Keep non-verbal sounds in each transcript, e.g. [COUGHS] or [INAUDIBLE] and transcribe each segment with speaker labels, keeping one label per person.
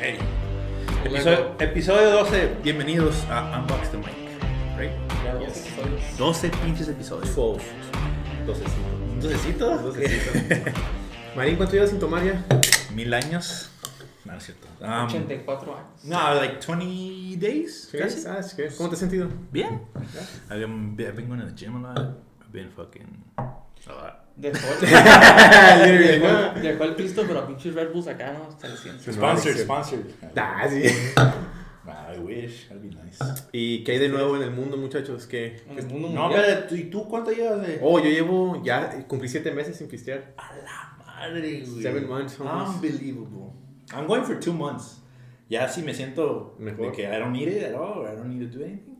Speaker 1: Hey. Episodio, episodio 12, bienvenidos a Unbox the Mic. Right?
Speaker 2: Ya,
Speaker 3: Yes.
Speaker 2: dos episodios.
Speaker 1: 12 pinches episodios.
Speaker 3: Fof. Entonces,
Speaker 1: ¿Un docecito?
Speaker 3: Docecito. Marín, ¿cuánto llevas sin tomar ya?
Speaker 1: [LAUGHS] Mil años. No, no es cierto. Um,
Speaker 2: 84 años.
Speaker 1: no, like 20 days. casi.
Speaker 3: Ah, sí, ¿qué? ¿Cómo te has sentido?
Speaker 1: Bien. I've been, I've been going to the gym a lot. I've been fucking a lot.
Speaker 2: Dejó
Speaker 1: [LAUGHS]
Speaker 3: Literally,
Speaker 2: el,
Speaker 3: ¿no?
Speaker 2: dejó el pisto, pero a pinches Red Bulls acá no hasta el 100.
Speaker 1: Sponsored,
Speaker 3: sí.
Speaker 1: sponsored.
Speaker 3: Ah, sí.
Speaker 1: Nah, Ah, I wish. That'd be nice.
Speaker 3: ¿Y qué hay de nuevo en el mundo, muchachos? ¿Qué?
Speaker 2: En el mundo
Speaker 1: No,
Speaker 2: mundial.
Speaker 1: pero ¿tú- ¿y tú cuánto llevas de.?
Speaker 3: Oh, yo llevo ya, eh, cumplí siete meses sin pistear.
Speaker 1: A la madre, güey.
Speaker 3: Seven months, homies.
Speaker 1: Unbelievable. I'm going for two months. Ya si me siento
Speaker 3: Mejor.
Speaker 1: de que I don't need it at all, or I don't need to do anything.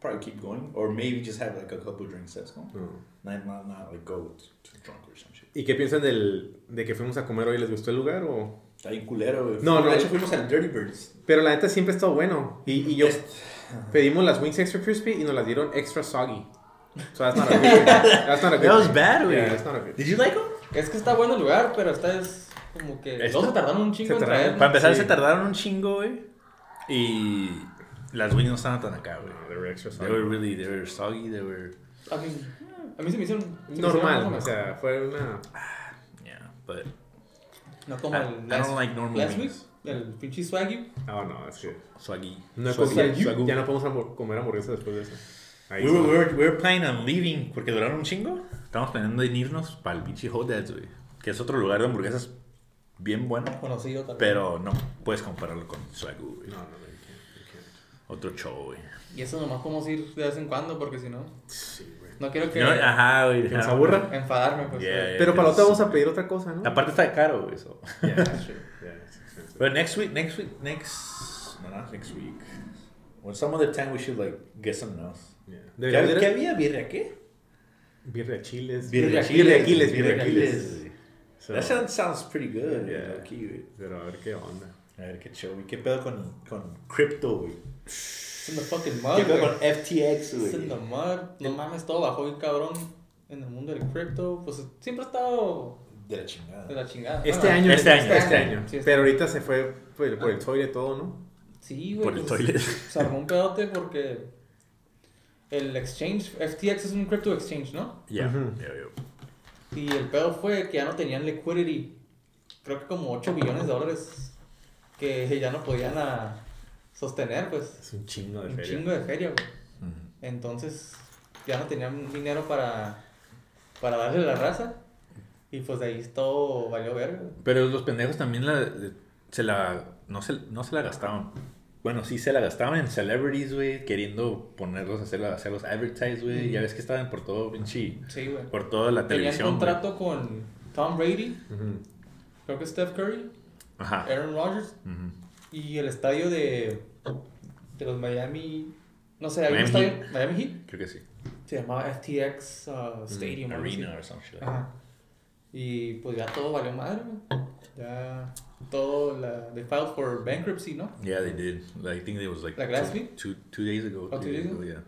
Speaker 1: Probably keep going, or maybe just have like a couple drinks. That's all.
Speaker 3: No.
Speaker 1: Not, not, not like go to, to drunk or some shit.
Speaker 3: ¿Y qué piensan del, de que fuimos a comer hoy? ¿Les gustó el lugar o...?
Speaker 1: Está bien culero, güey.
Speaker 3: No, no.
Speaker 1: De hecho fuimos al Dirty Birds.
Speaker 3: Pero la neta siempre ha estado bueno. Y, y yo
Speaker 1: Es-
Speaker 3: pedimos las wings extra crispy y nos las dieron extra soggy. So that's not a good thing. That's not a good
Speaker 1: That was
Speaker 3: thing.
Speaker 1: bad, güey.
Speaker 3: Yeah, that's not a good
Speaker 1: Did you like them?
Speaker 2: Es que está bueno el lugar, pero esta es como que.
Speaker 1: Esta-
Speaker 2: Los dos se tardaron un chingo
Speaker 3: se
Speaker 2: en
Speaker 3: tardaron-
Speaker 2: traer.
Speaker 1: Para empezar
Speaker 3: Sí.
Speaker 1: se tardaron un chingo, güey. Y las wings no estaban tan acá, güey.
Speaker 3: They were extra
Speaker 1: They
Speaker 3: soggy.
Speaker 1: were really, they were soggy, they were...
Speaker 2: A mí, a mí se me hicieron. se me hicieron
Speaker 3: Normal,
Speaker 2: como-
Speaker 3: o sea, fue una...
Speaker 1: Yeah, but
Speaker 2: No como
Speaker 1: ah, I,
Speaker 2: el.
Speaker 1: I
Speaker 2: Last,
Speaker 1: don't like normal
Speaker 2: last week,
Speaker 1: wings.
Speaker 2: el pinche swaggy.
Speaker 3: Oh, no, es que...
Speaker 1: Swaggy.
Speaker 3: No he
Speaker 1: Swaggy.
Speaker 3: comido-
Speaker 1: Swaggy.
Speaker 3: ya no podemos hambur- comer hamburguesa después de eso. Ahí
Speaker 1: We
Speaker 3: sí.
Speaker 1: were, we, were, we were planning on leaving porque duraron un chingo. Estamos planeando en irnos para el pinche Hot Dads, güey. Que es otro lugar de hamburguesas bien bueno.
Speaker 2: Conocido también.
Speaker 1: Pero no puedes compararlo con Swaggy, güey.
Speaker 3: No, no, no, you can't, you can't.
Speaker 1: Otro show, güey.
Speaker 2: Y eso nomás podemos ir de vez en cuando, porque si no.
Speaker 3: Sí, güey.
Speaker 2: No quiero que.
Speaker 1: No, ajá, güey.
Speaker 3: Que nos
Speaker 1: ajá.
Speaker 3: aburra.
Speaker 2: Enfadarme, pues.
Speaker 1: Yeah, yeah,
Speaker 3: Pero para la
Speaker 1: it's-
Speaker 3: otra vamos a pedir otra cosa, ¿no?
Speaker 1: Aparte está caro, güey. So.
Speaker 3: Yeah,
Speaker 1: [LAUGHS]
Speaker 3: that's true. Yeah, it's expensive.
Speaker 1: But next week, next week, next. No, not next week. Well, some other time we should, like, get something else.
Speaker 3: Yeah.
Speaker 1: ¿Qué,
Speaker 3: Debería haber
Speaker 1: qué había? ¿Birria qué?
Speaker 3: birria de chiles.
Speaker 1: Birria
Speaker 3: Birria
Speaker 1: chiles,
Speaker 3: chiles, birria
Speaker 1: birria
Speaker 3: chiles.
Speaker 1: chiles.
Speaker 3: So,
Speaker 1: That sounds, sounds pretty good, güey,
Speaker 3: Yeah.
Speaker 1: low-key, güey.
Speaker 3: Pero a ver qué onda.
Speaker 1: A ver qué show, güey. ¿Qué pedo con, con crypto, güey?
Speaker 2: It's in the fucking
Speaker 1: ¿Qué
Speaker 2: mud,
Speaker 1: pedo
Speaker 2: Ah, güey.
Speaker 1: con FTX,
Speaker 2: Es en la
Speaker 1: güey?
Speaker 2: mar, no mames, todo bajó bien cabrón en el mundo del cripto. Pues siempre ha estado
Speaker 1: De la chingada.
Speaker 2: de la chingada.
Speaker 3: Este
Speaker 2: Bueno,
Speaker 3: año.
Speaker 1: este año,
Speaker 2: este año. Sí, este-
Speaker 3: Pero ahorita se fue por, por el toile todo, ¿no?
Speaker 2: Sí, güey.
Speaker 1: Por el
Speaker 2: pues,
Speaker 1: toilet.
Speaker 2: Se armó un pedote porque el exchange, FTX es un crypto exchange, ¿no?
Speaker 1: [LAUGHS] Ya,
Speaker 3: Ujú.
Speaker 1: ya veo.
Speaker 2: Y el pedo fue que ya no tenían liquidity. Creo que como 8 billones de dólares que ya no podían ah, sostener, pues.
Speaker 3: Es un chingo de
Speaker 2: Un
Speaker 3: feria.
Speaker 2: chingo de feria, güey. Entonces ya no tenían dinero para, para darle a la raza. Y pues de ahí todo valió verga.
Speaker 1: Pero los pendejos también la, eh, se la, no, se, no se la gastaban. Bueno, sí se la gastaban en celebrities, güey, queriendo ponerlos a hacer, a hacerlos advertise, güey. Ya ves que estaban por todo, pinche,
Speaker 2: Sí, güey.
Speaker 1: por toda la
Speaker 2: Tenían
Speaker 1: televisión.
Speaker 2: contrato con Tom Brady,
Speaker 3: Ujú.
Speaker 2: creo que Steph Curry,
Speaker 1: güey. Ajá.
Speaker 2: Aaron Rodgers
Speaker 1: Ujú.
Speaker 2: y el estadio de, de los Miami. No sé, había un
Speaker 1: Miami
Speaker 2: estadio. Miami Heat.
Speaker 1: Creo que sí.
Speaker 2: Se llamaba FTX uh, Stadium. algo así.
Speaker 1: Arena or some shit.
Speaker 2: Ajá. Y pues ya todo valió madre, güey. Ya todo la. They filed for bankruptcy, ¿no?
Speaker 1: Yeah, they did. Like, I think it was like,
Speaker 2: Like last
Speaker 1: two,
Speaker 2: week?
Speaker 1: two, two days ago.
Speaker 2: Oh, two days ago?
Speaker 1: yeah.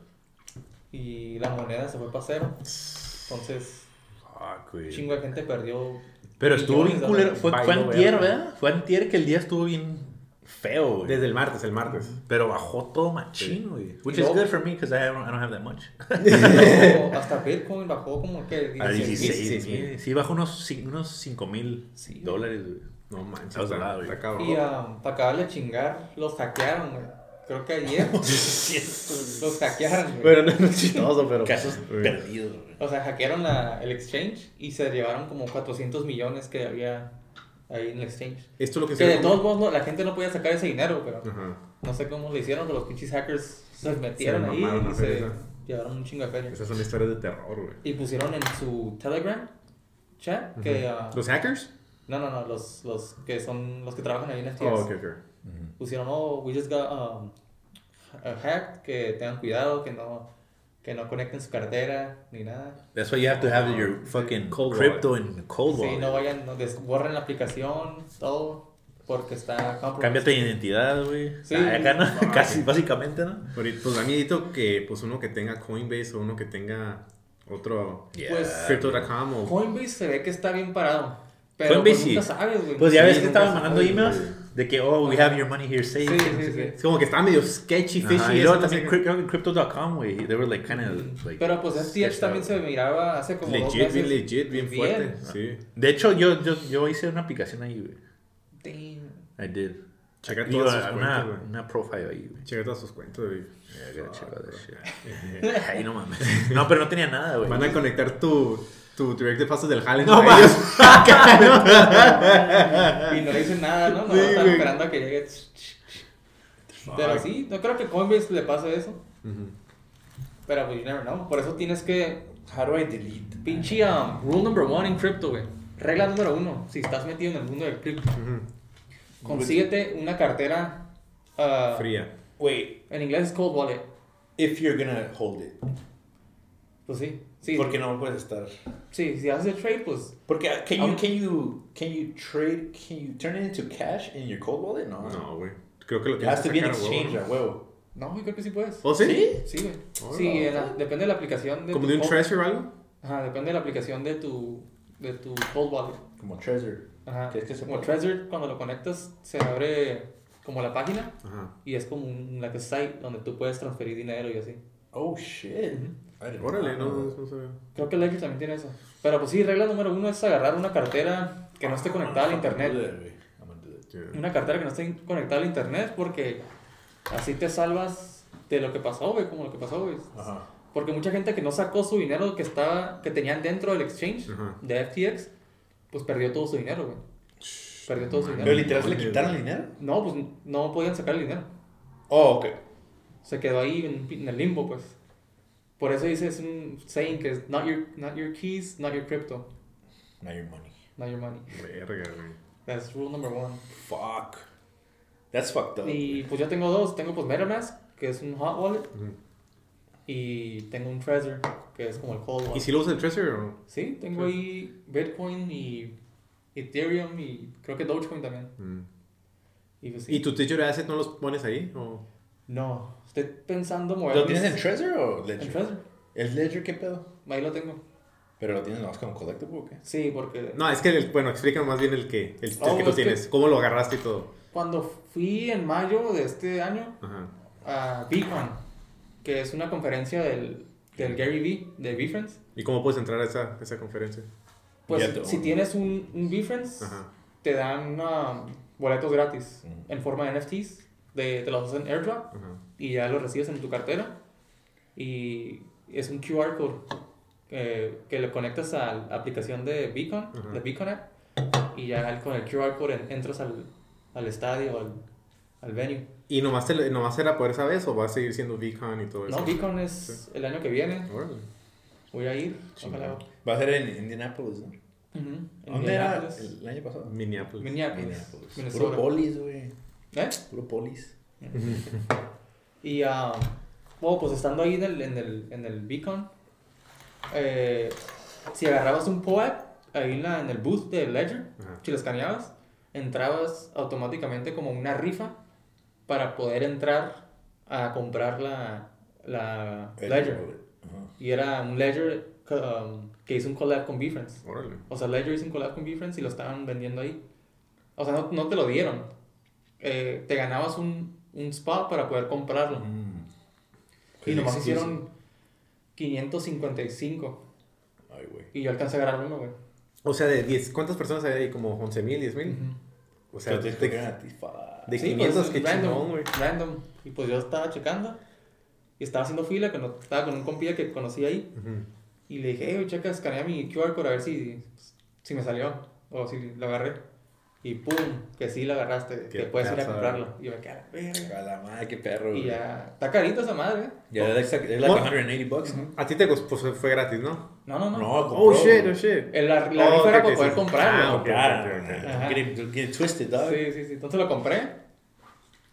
Speaker 2: y la moneda se fue para cero. Entonces,
Speaker 1: Fuck, güey.
Speaker 2: un chingo de
Speaker 1: [LAUGHS]
Speaker 2: gente perdió.
Speaker 1: Pero estuvo bien
Speaker 2: millones de
Speaker 1: culero.
Speaker 2: dólares.
Speaker 1: Fue, fue
Speaker 3: Bailó,
Speaker 1: antier,
Speaker 3: verga.
Speaker 1: ¿verdad? Fue antier que el día estuvo bien feo, güey.
Speaker 3: Desde el martes, el martes.
Speaker 1: Pero bajó todo machín, güey. Which is
Speaker 2: Y luego-
Speaker 1: good for me because I don't, I don't have that much.
Speaker 2: Luego, hasta Bitcoin bajó como que
Speaker 1: A
Speaker 2: 16.
Speaker 1: 16,
Speaker 3: 16,000.
Speaker 1: güey. Sí, bajó unos, ci- unos 5 mil
Speaker 2: Sí.
Speaker 1: dólares, güey.
Speaker 3: No manches.
Speaker 1: Está
Speaker 3: Está,
Speaker 1: salado,
Speaker 3: está
Speaker 1: güey.
Speaker 3: cabrón.
Speaker 2: Y ah,
Speaker 3: [LAUGHS]
Speaker 2: para acabarle de chingar, los hackearon, güey. Creo que
Speaker 1: [LAUGHS]
Speaker 2: ayer los hackearon, güey.
Speaker 3: Pero no, no es chistoso, pero.
Speaker 1: Casos
Speaker 3: Güey.
Speaker 1: perdidos, güey.
Speaker 2: O sea, hackearon la- el exchange y se llevaron como 400 millones que había ahí en el exchange.
Speaker 3: Esto es lo que
Speaker 2: Que de
Speaker 3: se.
Speaker 2: todos modos no- la gente no podía sacar ese dinero, pero
Speaker 3: Ajá.
Speaker 2: no sé cómo le hicieron, pero los pinches hackers se metieron ahí
Speaker 3: mamaron la
Speaker 2: y se
Speaker 3: feria.
Speaker 2: llevaron un chingo de feria.
Speaker 3: Esas son historias de terror, güey.
Speaker 2: Y pusieron en su Telegram chat que. ah,
Speaker 3: ¿Los hackers?
Speaker 2: no, no, no, los, los que son los que trabajan ahí en FTX.
Speaker 3: Oh, ok, ok.
Speaker 2: Pusieron, oh, we just got um, a hack, que tengan cuidado, que no, que no conecten su cartera ni nada.
Speaker 1: That's why you have to have your fucking
Speaker 3: Cold
Speaker 1: crypto en cold
Speaker 2: Sí,
Speaker 1: wallet.
Speaker 2: no vayan, no, des- borren la aplicación, todo, porque está compromised.
Speaker 1: Cámbiate de identidad, güey.
Speaker 2: Sí.
Speaker 1: Ah, Acá, ¿no? [LAUGHS] Casi, básicamente, ¿no?
Speaker 3: Ahorita, Pues da miedito que pues uno que tenga Coinbase o uno que tenga otro
Speaker 1: Yeah.
Speaker 2: Pues-
Speaker 3: Crypto.com o
Speaker 2: Coinbase se ve que está bien parado.
Speaker 4: Fue
Speaker 2: Pero
Speaker 4: en
Speaker 2: pues,
Speaker 4: bici.
Speaker 2: nunca sabes, güey.
Speaker 4: Pues ya
Speaker 3: Sí,
Speaker 4: ves que
Speaker 3: nunca
Speaker 4: estaban
Speaker 3: se
Speaker 4: mandando
Speaker 3: sabe,
Speaker 4: emails de que, oh, we have your money here safe.
Speaker 2: Sí,
Speaker 4: y no
Speaker 2: sí,
Speaker 4: sé qué.
Speaker 2: sí.
Speaker 3: Es como que está medio sketchy, fishy.
Speaker 4: Ajá, y
Speaker 3: eso
Speaker 4: luego
Speaker 3: no sé
Speaker 4: también
Speaker 3: qué.
Speaker 4: crypt- creo que Crypto.com, güey. They were like kind of like.
Speaker 2: Pero pues STH
Speaker 4: sketched
Speaker 2: también
Speaker 4: out.
Speaker 2: se miraba hace como dos
Speaker 3: Legit,
Speaker 2: meses.
Speaker 3: bien legit, bien
Speaker 2: Bien.
Speaker 3: fuerte. Sí.
Speaker 4: De hecho, yo, yo, yo hice una aplicación ahí, güey.
Speaker 2: Damn.
Speaker 4: I did.
Speaker 3: Checa
Speaker 4: Digo,
Speaker 3: todas sus
Speaker 4: una,
Speaker 3: cuentas, güey.
Speaker 4: una profile ahí, güey.
Speaker 3: Checa todas sus cuentas, güey.
Speaker 4: Yeah, I gotta check out that shit.
Speaker 3: Eh,
Speaker 4: Ay, no mames. No, pero no tenía nada, güey.
Speaker 3: [LAUGHS] Van a conectar tu, tu direct deposit del Halen.
Speaker 4: No,
Speaker 3: a ellos.
Speaker 2: [LAUGHS] Y no le dicen nada, ¿no? No
Speaker 3: Sí,
Speaker 2: están
Speaker 3: güey.
Speaker 2: esperando a que llegue. Pero sí, no creo que Coinbase le pase eso.
Speaker 3: Ujú.
Speaker 2: Pero pues you never know. Por eso tienes que. How do I delete? Pinche um, rule number one en crypto, güey. Regla número uno. Si estás metido en el mundo del cripto,
Speaker 3: Ujú.
Speaker 2: consíguete una cartera. ah,
Speaker 3: Fría.
Speaker 1: Wait,
Speaker 2: En inglés es cold wallet.
Speaker 1: if you're gonna hold it.
Speaker 2: Pues sí. Sí.
Speaker 1: Porque no puedes estar.
Speaker 2: Sí, si haces el trade, pues.
Speaker 1: Porque uh, can you
Speaker 2: Aunque-
Speaker 1: can you can you trade can you turn it into cash in your cold wallet? No.
Speaker 3: No, güey. Creo que lo
Speaker 1: It
Speaker 3: tienes
Speaker 1: has to
Speaker 3: que
Speaker 1: be an
Speaker 3: sacar a huevo,
Speaker 1: exchange
Speaker 3: ¿no?
Speaker 1: a huevo.
Speaker 2: No, yo creo que sí puedes.
Speaker 3: ¿Oh, sí?
Speaker 2: Sí, güey.
Speaker 3: Hola.
Speaker 2: Sí, en la- depende de la aplicación. De tu
Speaker 3: ¿Como
Speaker 4: Oh.
Speaker 3: de un
Speaker 2: cold-
Speaker 3: treasure o algo?
Speaker 2: Ajá, depende de la aplicación de tu, de tu cold wallet.
Speaker 1: Como treasure.
Speaker 2: Ajá.
Speaker 1: Que es que se
Speaker 2: como
Speaker 1: puede-
Speaker 2: Trezor, cuando lo conectas, se abre como la página
Speaker 3: Ajá.
Speaker 2: y es como un like a site donde tú puedes transferir dinero y así.
Speaker 1: Oh shit. I
Speaker 4: Ah,
Speaker 1: did not
Speaker 3: Órale, no,
Speaker 1: know
Speaker 3: no,
Speaker 1: that.
Speaker 3: no sabía.
Speaker 2: Creo que Ledger también tiene eso. Pero pues sí, regla número uno es agarrar una cartera que no esté conectada al
Speaker 1: I'm gonna do
Speaker 2: internet.
Speaker 1: that, güey. I'm gonna do that.
Speaker 3: Yeah.
Speaker 2: Una cartera que no esté conectada al internet porque así te salvas de lo que pasó, güey, como lo que pasó, güey.
Speaker 1: Ajá.
Speaker 2: Porque mucha gente que no sacó su dinero que estaba que tenían dentro del exchange
Speaker 3: Ajá.
Speaker 2: de FTX, pues perdió todo su dinero, güey. Perdió todo su
Speaker 1: Pero
Speaker 2: dinero.
Speaker 1: literal le quitaron el dinero.
Speaker 2: No, pues no podían sacar el dinero.
Speaker 1: Oh, okay.
Speaker 2: se quedó ahí en, en el limbo, pues. Por eso dice, es un saying que es not your, not your keys, not your crypto,
Speaker 1: Not your money.
Speaker 2: not your money.
Speaker 3: Verga, güey.
Speaker 2: That's rule number one.
Speaker 1: Fuck. That's fucked up.
Speaker 2: Y pues yo tengo dos, tengo pues MetaMask, que es un hot wallet,
Speaker 3: Ujú.
Speaker 2: y tengo un Trezor, que es como el cold
Speaker 3: ¿Y
Speaker 2: wallet.
Speaker 3: si lo usa el treasure o no?
Speaker 2: Sí, tengo ahí Bitcoin y Ethereum y creo que Dogecoin también.
Speaker 3: Mm.
Speaker 2: Y pues sí.
Speaker 3: ¿Y tu teacher asset no los pones ahí? ¿O?
Speaker 2: No, estoy pensando mover
Speaker 1: ¿Lo tienes
Speaker 2: mis-
Speaker 1: en Treasure o
Speaker 2: pues, en
Speaker 1: Ledger?
Speaker 2: Trezor.
Speaker 1: ¿Es Ledger qué pedo?
Speaker 2: Ahí lo tengo.
Speaker 1: ¿Pero lo tienes nomás como collectible o qué?
Speaker 2: Sí, porque
Speaker 3: No, es que, el- bueno, explícame más bien el que, el, el
Speaker 2: Oh,
Speaker 3: que tú
Speaker 2: es que-
Speaker 3: tienes. ¿Cómo lo agarraste y todo?
Speaker 2: cuando fui en mayo de este año,
Speaker 3: Ajá.
Speaker 2: a BCon, que es una conferencia del, del Gary Vee, de BeFriends.
Speaker 3: ¿Y cómo puedes entrar a esa, esa conferencia?
Speaker 2: Pues
Speaker 1: Ya te-
Speaker 2: si tienes un, un BeFriends,
Speaker 3: Ajá.
Speaker 2: te dan um, boletos gratis
Speaker 1: Ujú.
Speaker 2: en forma de NFTs, de, te los hacen airdrop
Speaker 3: Ajá.
Speaker 2: y ya los recibes en tu cartera. Y es un QR code eh, que lo conectas a la aplicación de Beacon,
Speaker 3: Ajá.
Speaker 2: de Beacon app, y ya con el QR code en- entras al, al estadio, al, al venue.
Speaker 3: ¿Y nomás, te- nomás era por esa vez o va a seguir siendo VCon y todo
Speaker 1: Pues
Speaker 3: eso?
Speaker 2: No, Beacon es el año que viene,
Speaker 3: Órale.
Speaker 2: voy a ir, ojalá.
Speaker 1: Chingado. Va a ser en Indianapolis, ¿no?
Speaker 2: Ujú, en
Speaker 1: ¿Dónde era
Speaker 2: Indianapolis.
Speaker 1: el año pasado?
Speaker 3: Minneapolis.
Speaker 2: Minneapolis,
Speaker 1: Indianapolis. Puro
Speaker 2: Minnesota.
Speaker 1: polis, güey.
Speaker 2: ¿Eh?
Speaker 1: Puro polis.
Speaker 2: Y, ah, bueno, pues estando ahí en el, en el, en el Beacon, eh, si agarrabas un POAP ahí en, la- en el booth de Ledger,
Speaker 3: Ajá.
Speaker 2: si lo escaneabas, entrabas automáticamente como una rifa para poder entrar a comprar la, la Ledger.
Speaker 1: Ajá.
Speaker 2: Y era un Ledger um, que hizo un collab con BeFriends.
Speaker 3: Órale.
Speaker 2: O sea, Ledger hizo un collab con BeFriends y lo estaban vendiendo ahí. O sea, no, no te lo dieron. Eh, te ganabas un, un spot para poder comprarlo.
Speaker 1: Mm.
Speaker 2: Y nomás
Speaker 1: Exclusive.
Speaker 2: hicieron 555.
Speaker 1: Ay, güey.
Speaker 2: Y yo alcancé a agarrar uno, güey.
Speaker 3: O sea, de 10, ¿cuántas personas hay ahí? ¿Como 11 mil, 10 mil? O
Speaker 1: O
Speaker 3: sea,
Speaker 1: sea,
Speaker 3: de,
Speaker 1: te
Speaker 3: de
Speaker 1: gratis. fuck.
Speaker 3: 500,
Speaker 2: que
Speaker 3: qué chingón, güey.
Speaker 2: pues, Random. Y pues yo estaba checando. Y estaba haciendo fila. Con, estaba con un compilla que conocí ahí.
Speaker 3: Ujú.
Speaker 2: Y le dije, hey, güey, checa, escanea mi QR code a ver si, si me salió. O si lo agarré. Y pum, que sí lo agarraste.
Speaker 3: Qué
Speaker 2: Que puedes ir a
Speaker 3: perra.
Speaker 2: comprarlo. Y yo me quedé a la verga.
Speaker 1: A la madre, qué perro,
Speaker 2: Y
Speaker 1: güey.
Speaker 2: ya, está carito esa madre. ¿eh?
Speaker 1: Ya, that's like, that's like
Speaker 3: What?
Speaker 1: 180 bucks, ¿no?
Speaker 3: A ti te costó, pues, fue gratis, ¿no?
Speaker 2: No, Eh, no, no.
Speaker 1: No, compró,
Speaker 3: Oh, shit, oh,
Speaker 1: güey.
Speaker 3: shit.
Speaker 2: El- La, la
Speaker 3: Oh,
Speaker 2: rifa
Speaker 3: ok,
Speaker 2: era
Speaker 3: ok,
Speaker 2: para poder
Speaker 3: sí.
Speaker 2: comprarlo.
Speaker 3: Ah, ok.
Speaker 1: Claro,
Speaker 3: ok, ok.
Speaker 1: güey.
Speaker 2: Ajá.
Speaker 1: Get it- don't get it twisted, dog.
Speaker 2: Sí, sí, sí. Entonces lo compré.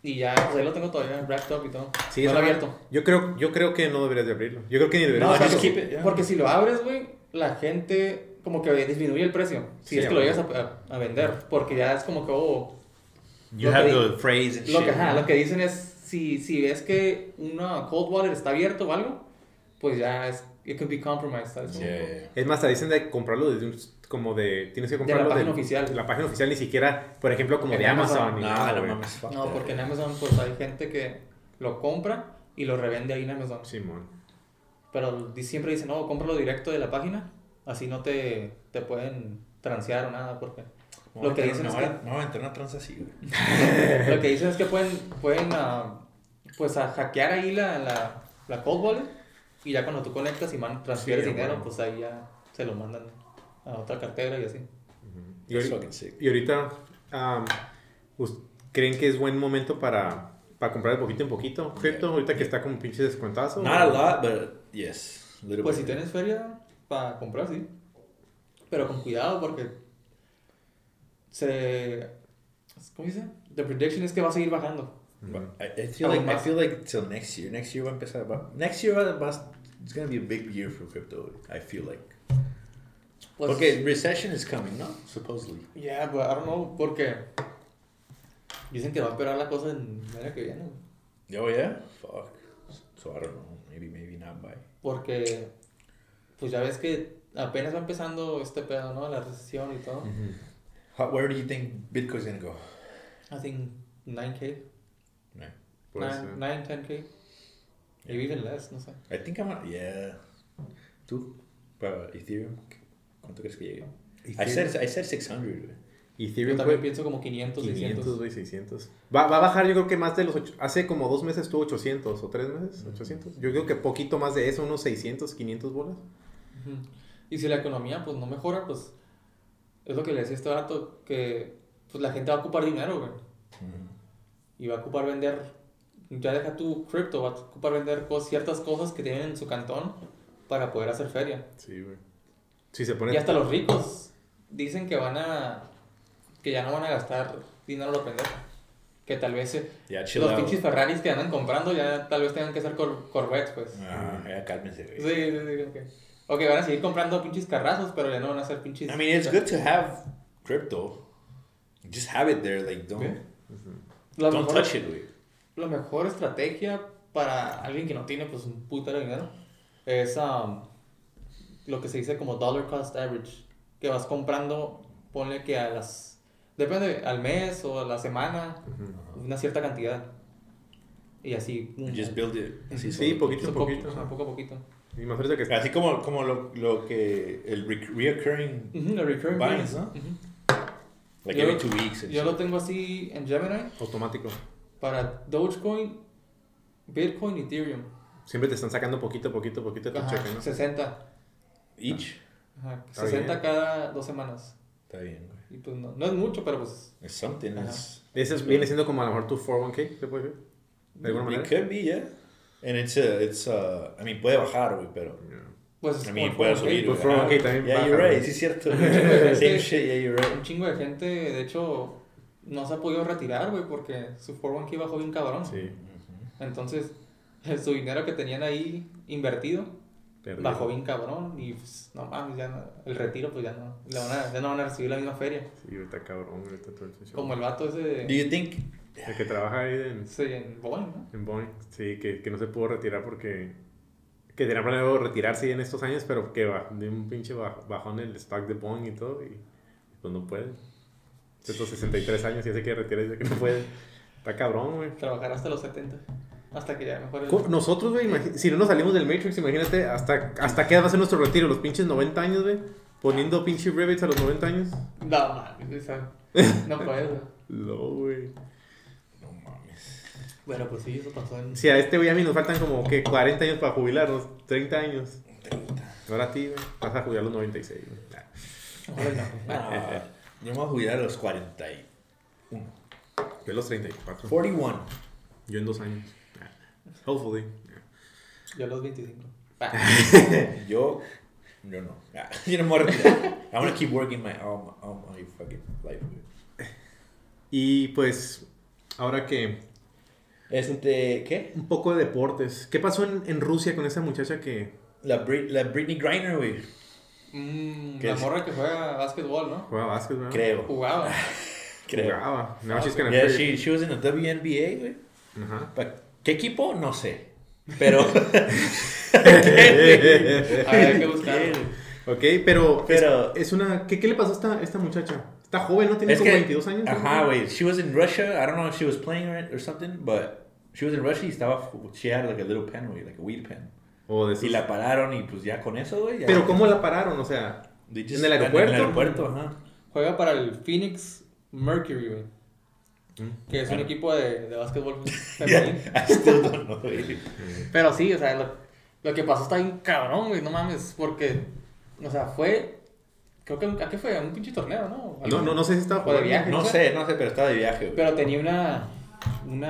Speaker 2: Y ya, pues ahí lo tengo todavía wrapped up y todo.
Speaker 3: Sí,
Speaker 2: no
Speaker 3: esa
Speaker 2: lo he
Speaker 3: madre- Ah,
Speaker 2: abierto.
Speaker 3: Yo creo, yo creo que no deberías de abrirlo. Yo creo que ni deberías
Speaker 1: No,
Speaker 3: de
Speaker 1: just
Speaker 3: abrirlo.
Speaker 1: keep it, yeah.
Speaker 2: Porque si lo abres, güey, la gente como que disminuye el precio. Si
Speaker 3: Sí,
Speaker 2: es que lo
Speaker 3: güey.
Speaker 2: llegas a, a- a vender. Porque ya es como que, oh,
Speaker 4: You
Speaker 2: Lo
Speaker 4: have
Speaker 2: que-
Speaker 4: the phrase and
Speaker 2: lo que,
Speaker 4: shit.
Speaker 2: ajá, lo que dicen es, si, si ves que una cold water está abierto o algo, pues ya es it could be compromised, ¿sabes?
Speaker 1: Yeah, yeah, yeah.
Speaker 3: Es más, te dicen de comprarlo desde un- como de... Tienes que comprarlo
Speaker 2: página oficial.
Speaker 3: La página oficial ni siquiera, por ejemplo, como
Speaker 2: En
Speaker 3: de Amazon.
Speaker 2: Amazon.
Speaker 3: ni
Speaker 1: Nah,
Speaker 3: nada,
Speaker 1: no
Speaker 3: güey.
Speaker 1: mames, fuck
Speaker 2: No,
Speaker 1: that.
Speaker 2: porque en Amazon pues hay gente que lo compra y lo revende ahí en Amazon.
Speaker 3: Simón.
Speaker 2: Pero di- siempre dicen, no, cómpralo directo de la página, así no te, te pueden transear o nada, porque
Speaker 1: Me voy a
Speaker 2: Lo que
Speaker 1: meter-
Speaker 2: dicen
Speaker 1: me
Speaker 2: es
Speaker 1: voy a-
Speaker 2: que-
Speaker 1: Me voy a meter una tranza así, güey.
Speaker 2: lo que dicen es que pueden, pueden ah, pues a hackear ahí la, la, la cold wallet y ya cuando tú conectas y man, transfieres
Speaker 3: Sí,
Speaker 2: dinero,
Speaker 3: bueno.
Speaker 2: pues ahí ya se lo mandan a otra cartera y así.
Speaker 3: Y
Speaker 5: That's
Speaker 3: ahorita-
Speaker 5: fucking sick.
Speaker 3: Y ahorita, am, us- ¿creen que es buen momento para, para comprar de poquito en poquito cripto? Ahorita que está como pinche descuentazo.
Speaker 1: Not a lot, but yes. a little
Speaker 2: Pues si
Speaker 1: bit.
Speaker 2: tienes feria para comprar, sí. Pero con cuidado porque se... ¿Cómo dice? The prediction es que va a seguir bajando.
Speaker 3: Ujú.
Speaker 1: But I, I feel
Speaker 2: Aún
Speaker 1: like I
Speaker 2: más.
Speaker 1: feel like till next year. Next year va a empezar. Va, next year va, va, it's gonna be a big year for crypto. I feel like.
Speaker 2: Pues,
Speaker 1: okay, recession is coming, no? Supposedly.
Speaker 2: Yeah, but I don't know, porque dicen que va a empeorar la cosa en el año que viene.
Speaker 1: Oh yeah. Fuck. So I don't know. Maybe maybe not by.
Speaker 2: Porque, pues ya ves que apenas va empezando este pedo, ¿no? La recesión y todo.
Speaker 1: How, where do you think Bitcoin's gonna go?
Speaker 2: I think 9K,
Speaker 1: No.
Speaker 3: Por eso.
Speaker 2: 9, 9, 10K. Maybe even less, no sé.
Speaker 1: I think I'm. on- Yeah. Tú para Ethereum. ¿Cuánto crees que llegue? I said I said 600. güey.
Speaker 2: Yo
Speaker 3: Ethereum
Speaker 2: también
Speaker 3: fue
Speaker 2: pienso como 500,
Speaker 3: 500,
Speaker 2: 600.
Speaker 3: güey, 600. Va, va a bajar, yo creo que más de los... ocho- hace como dos meses tuvo 800 o tres meses, 800. Yo creo que poquito más de eso, unos 600, 500 bolas.
Speaker 2: Ujú. Y si la economía pues no mejora, pues es lo que le decía este rato, que pues la gente va a ocupar dinero, güey.
Speaker 1: Mm.
Speaker 2: Y va a ocupar vender, ya deja tu cripto, va a ocupar vender cos- ciertas cosas que tienen en su cantón para poder hacer feria.
Speaker 3: Sí, güey. Si se pone...
Speaker 2: Y hasta los ricos dicen que van a, que ya no van a gastar dinero a lo pendejo. Que tal vez eh,
Speaker 1: Yeah, chill
Speaker 2: los
Speaker 1: out.
Speaker 2: pinches Ferraris que andan comprando ya tal vez tengan que hacer cor Corvettes, pues.
Speaker 1: Ah, ya cálmense, güey.
Speaker 2: Sí, sí, sí, ok. Ok, van a seguir comprando pinches carrazos, pero ya no van a hacer pinches...
Speaker 1: I mean, it's good to have crypto. Just have it there, like don't
Speaker 2: Okay. La
Speaker 1: don't
Speaker 2: mejor,
Speaker 1: touch it, güey.
Speaker 2: la mejor estrategia para alguien que no tiene pues un putero de dinero es um, lo que se dice como dollar cost average, que vas comprando, ponle que a las, depende, al mes o a la semana, una cierta cantidad. Y así...
Speaker 1: You
Speaker 2: un-
Speaker 1: Just build it. Así,
Speaker 3: Sí,
Speaker 1: solo.
Speaker 3: poquito a
Speaker 2: poco-
Speaker 3: poquito.
Speaker 2: ajá, poco a poquito.
Speaker 3: Y más ahorita que está...
Speaker 1: Así como como lo, lo que el re reoccurring
Speaker 2: Ujú, la recurring
Speaker 1: Binance, ¿no?
Speaker 2: revenue. Ujú.
Speaker 1: like
Speaker 2: Yo-
Speaker 1: every two weeks. and
Speaker 2: Yo lo
Speaker 1: shit.
Speaker 2: tengo así en Gemini
Speaker 3: Automático.
Speaker 2: para Dogecoin, Bitcoin, Ethereum.
Speaker 3: Siempre te están sacando poquito, poquito, poquito de tu
Speaker 2: Ajá,
Speaker 3: cheque, ¿no?
Speaker 2: 60.
Speaker 1: each.
Speaker 2: Ajá,
Speaker 3: Está
Speaker 2: 60
Speaker 3: bien.
Speaker 2: cada dos semanas.
Speaker 1: Está bien, güey.
Speaker 2: Y pues no, no es mucho, pero pues.
Speaker 1: It's something. It's,
Speaker 3: Ese es- viene siendo como a lo mejor tu 401k, ¿se puede ver? ¿De alguna manera?
Speaker 1: it could be, yeah. And it's a, it's a, I mean, puede bajar, güey, pero.
Speaker 2: Pues
Speaker 1: I
Speaker 2: es
Speaker 1: mean,
Speaker 2: como el
Speaker 1: puede
Speaker 2: 4K.
Speaker 1: subir.
Speaker 3: Pues
Speaker 1: güey.
Speaker 3: 401k también
Speaker 1: Yeah,
Speaker 3: baja,
Speaker 1: you're right.
Speaker 3: güey.
Speaker 1: Sí, es cierto.
Speaker 2: que-
Speaker 1: güey. [LAUGHS] Same shit. Yeah, you're right.
Speaker 2: Un chingo de gente, de hecho, no se ha podido retirar, güey, porque su 401k bajó bien cabrón.
Speaker 3: Sí.
Speaker 2: Entonces, [LAUGHS] su dinero que tenían ahí invertido
Speaker 3: perdido.
Speaker 2: bajó bien cabrón. Y pues, no mames, ya no- el retiro, pues ya no, le van a- ya no van a recibir la misma feria.
Speaker 3: Sí, ahorita cabrón, ahorita todo el show.
Speaker 2: Como el vato ese
Speaker 1: Do
Speaker 2: de.
Speaker 1: you think?
Speaker 3: El que trabaja ahí en,
Speaker 2: ese en Boeing, ¿no?
Speaker 3: en Boeing, sí, que, que no se pudo retirar porque... Que tenía planeado retirarse en estos años, pero que ba- de un pinche ba- bajón el stock de Boeing y todo, y pues no puede. Estos 63 años y hace que retira y dice que no puede. Está cabrón, güey.
Speaker 2: Trabajar hasta los 70. Hasta que ya mejor el.
Speaker 3: Co- Nosotros, güey, imagi- si no nos salimos del Matrix, imagínate hasta, hasta qué edad va a ser nuestro retiro, los pinches 90 años, güey. Poniendo pinches rivets a los 90 años.
Speaker 2: No mames, esa- no puedo.
Speaker 3: No, güey.
Speaker 1: No mames.
Speaker 2: Bueno, pues sí, eso pasó en.
Speaker 3: Si a este güey a mí nos faltan como que 40 años para jubilarnos, 30 años. Ahora a ti, güey, vas a jubilar a los 96, güey. Ah,
Speaker 2: Ojalá no.
Speaker 1: Ah, yo me voy a jubilar a los 41.
Speaker 3: Yo a los
Speaker 1: [LAUGHS]
Speaker 3: 34.
Speaker 1: 41.
Speaker 3: Yo en dos años. Ah, Hopefully.
Speaker 2: Yo a los 25.
Speaker 1: Yo, yo no. Ah, [LAUGHS] Yo no me voy a retirar. I want to keep working my all, my- all my fucking life. güey.
Speaker 3: Y pues, ahora que
Speaker 1: Este, ¿qué?
Speaker 3: un poco de deportes. ¿Qué pasó en, en Rusia con esa muchacha que
Speaker 1: La, Brit- la Britney Griner, güey.
Speaker 2: Mm,
Speaker 1: ¿Qué
Speaker 2: la
Speaker 1: es?
Speaker 2: morra que juega a básquetbol, ¿no?
Speaker 3: jugaba básquet, güey?
Speaker 1: Creo,
Speaker 3: [LAUGHS]
Speaker 2: Jugaba.
Speaker 1: creo.
Speaker 3: Jugaba. No, she's gonna
Speaker 1: Yeah,
Speaker 3: play.
Speaker 1: she, she was in the WNBA, güey.
Speaker 3: Ajá.
Speaker 1: [LAUGHS] Pa- ¿Qué equipo? No sé. Pero
Speaker 2: Habría que buscar.
Speaker 3: [LAUGHS] ok, pero, es-
Speaker 1: Pero-
Speaker 3: Es, una... ¿qué, qué le pasó a esta, esta muchacha? Está joven, ¿no? Tiene
Speaker 1: Es
Speaker 3: como
Speaker 1: que-
Speaker 3: 22 años. ¿no?
Speaker 1: Ajá, güey. She was in Russia. I don't know if she was playing or, or something, but she was in Russia y estaba. She had like a little pen, güey, like a weed pen.
Speaker 3: O de sus-
Speaker 1: Y la pararon y pues ya con eso, güey. ya-
Speaker 3: Pero ¿cómo la pararon? O sea,
Speaker 1: They just-
Speaker 3: en el aeropuerto.
Speaker 1: En el aeropuerto,
Speaker 3: [LAUGHS]
Speaker 1: ajá.
Speaker 2: Juega para el Phoenix Mercury, güey.
Speaker 3: Mm.
Speaker 2: Que es un equipo de, de
Speaker 3: [LAUGHS]
Speaker 2: básquetbol femenino.
Speaker 1: Yeah, [LAUGHS] I still don't know, güey.
Speaker 2: Pero sí, o sea, lo, lo que pasó está bien cabrón, güey, no mames, porque, o sea, fue, creo que, un- ¿a qué fue? A un pinche torneo, ¿no?
Speaker 3: no, no, no sé si estaba
Speaker 2: O de
Speaker 3: jugando.
Speaker 2: viaje.
Speaker 1: No sé, no sé, pero estaba de viaje, güey.
Speaker 2: Pero tenía una, una,
Speaker 3: Una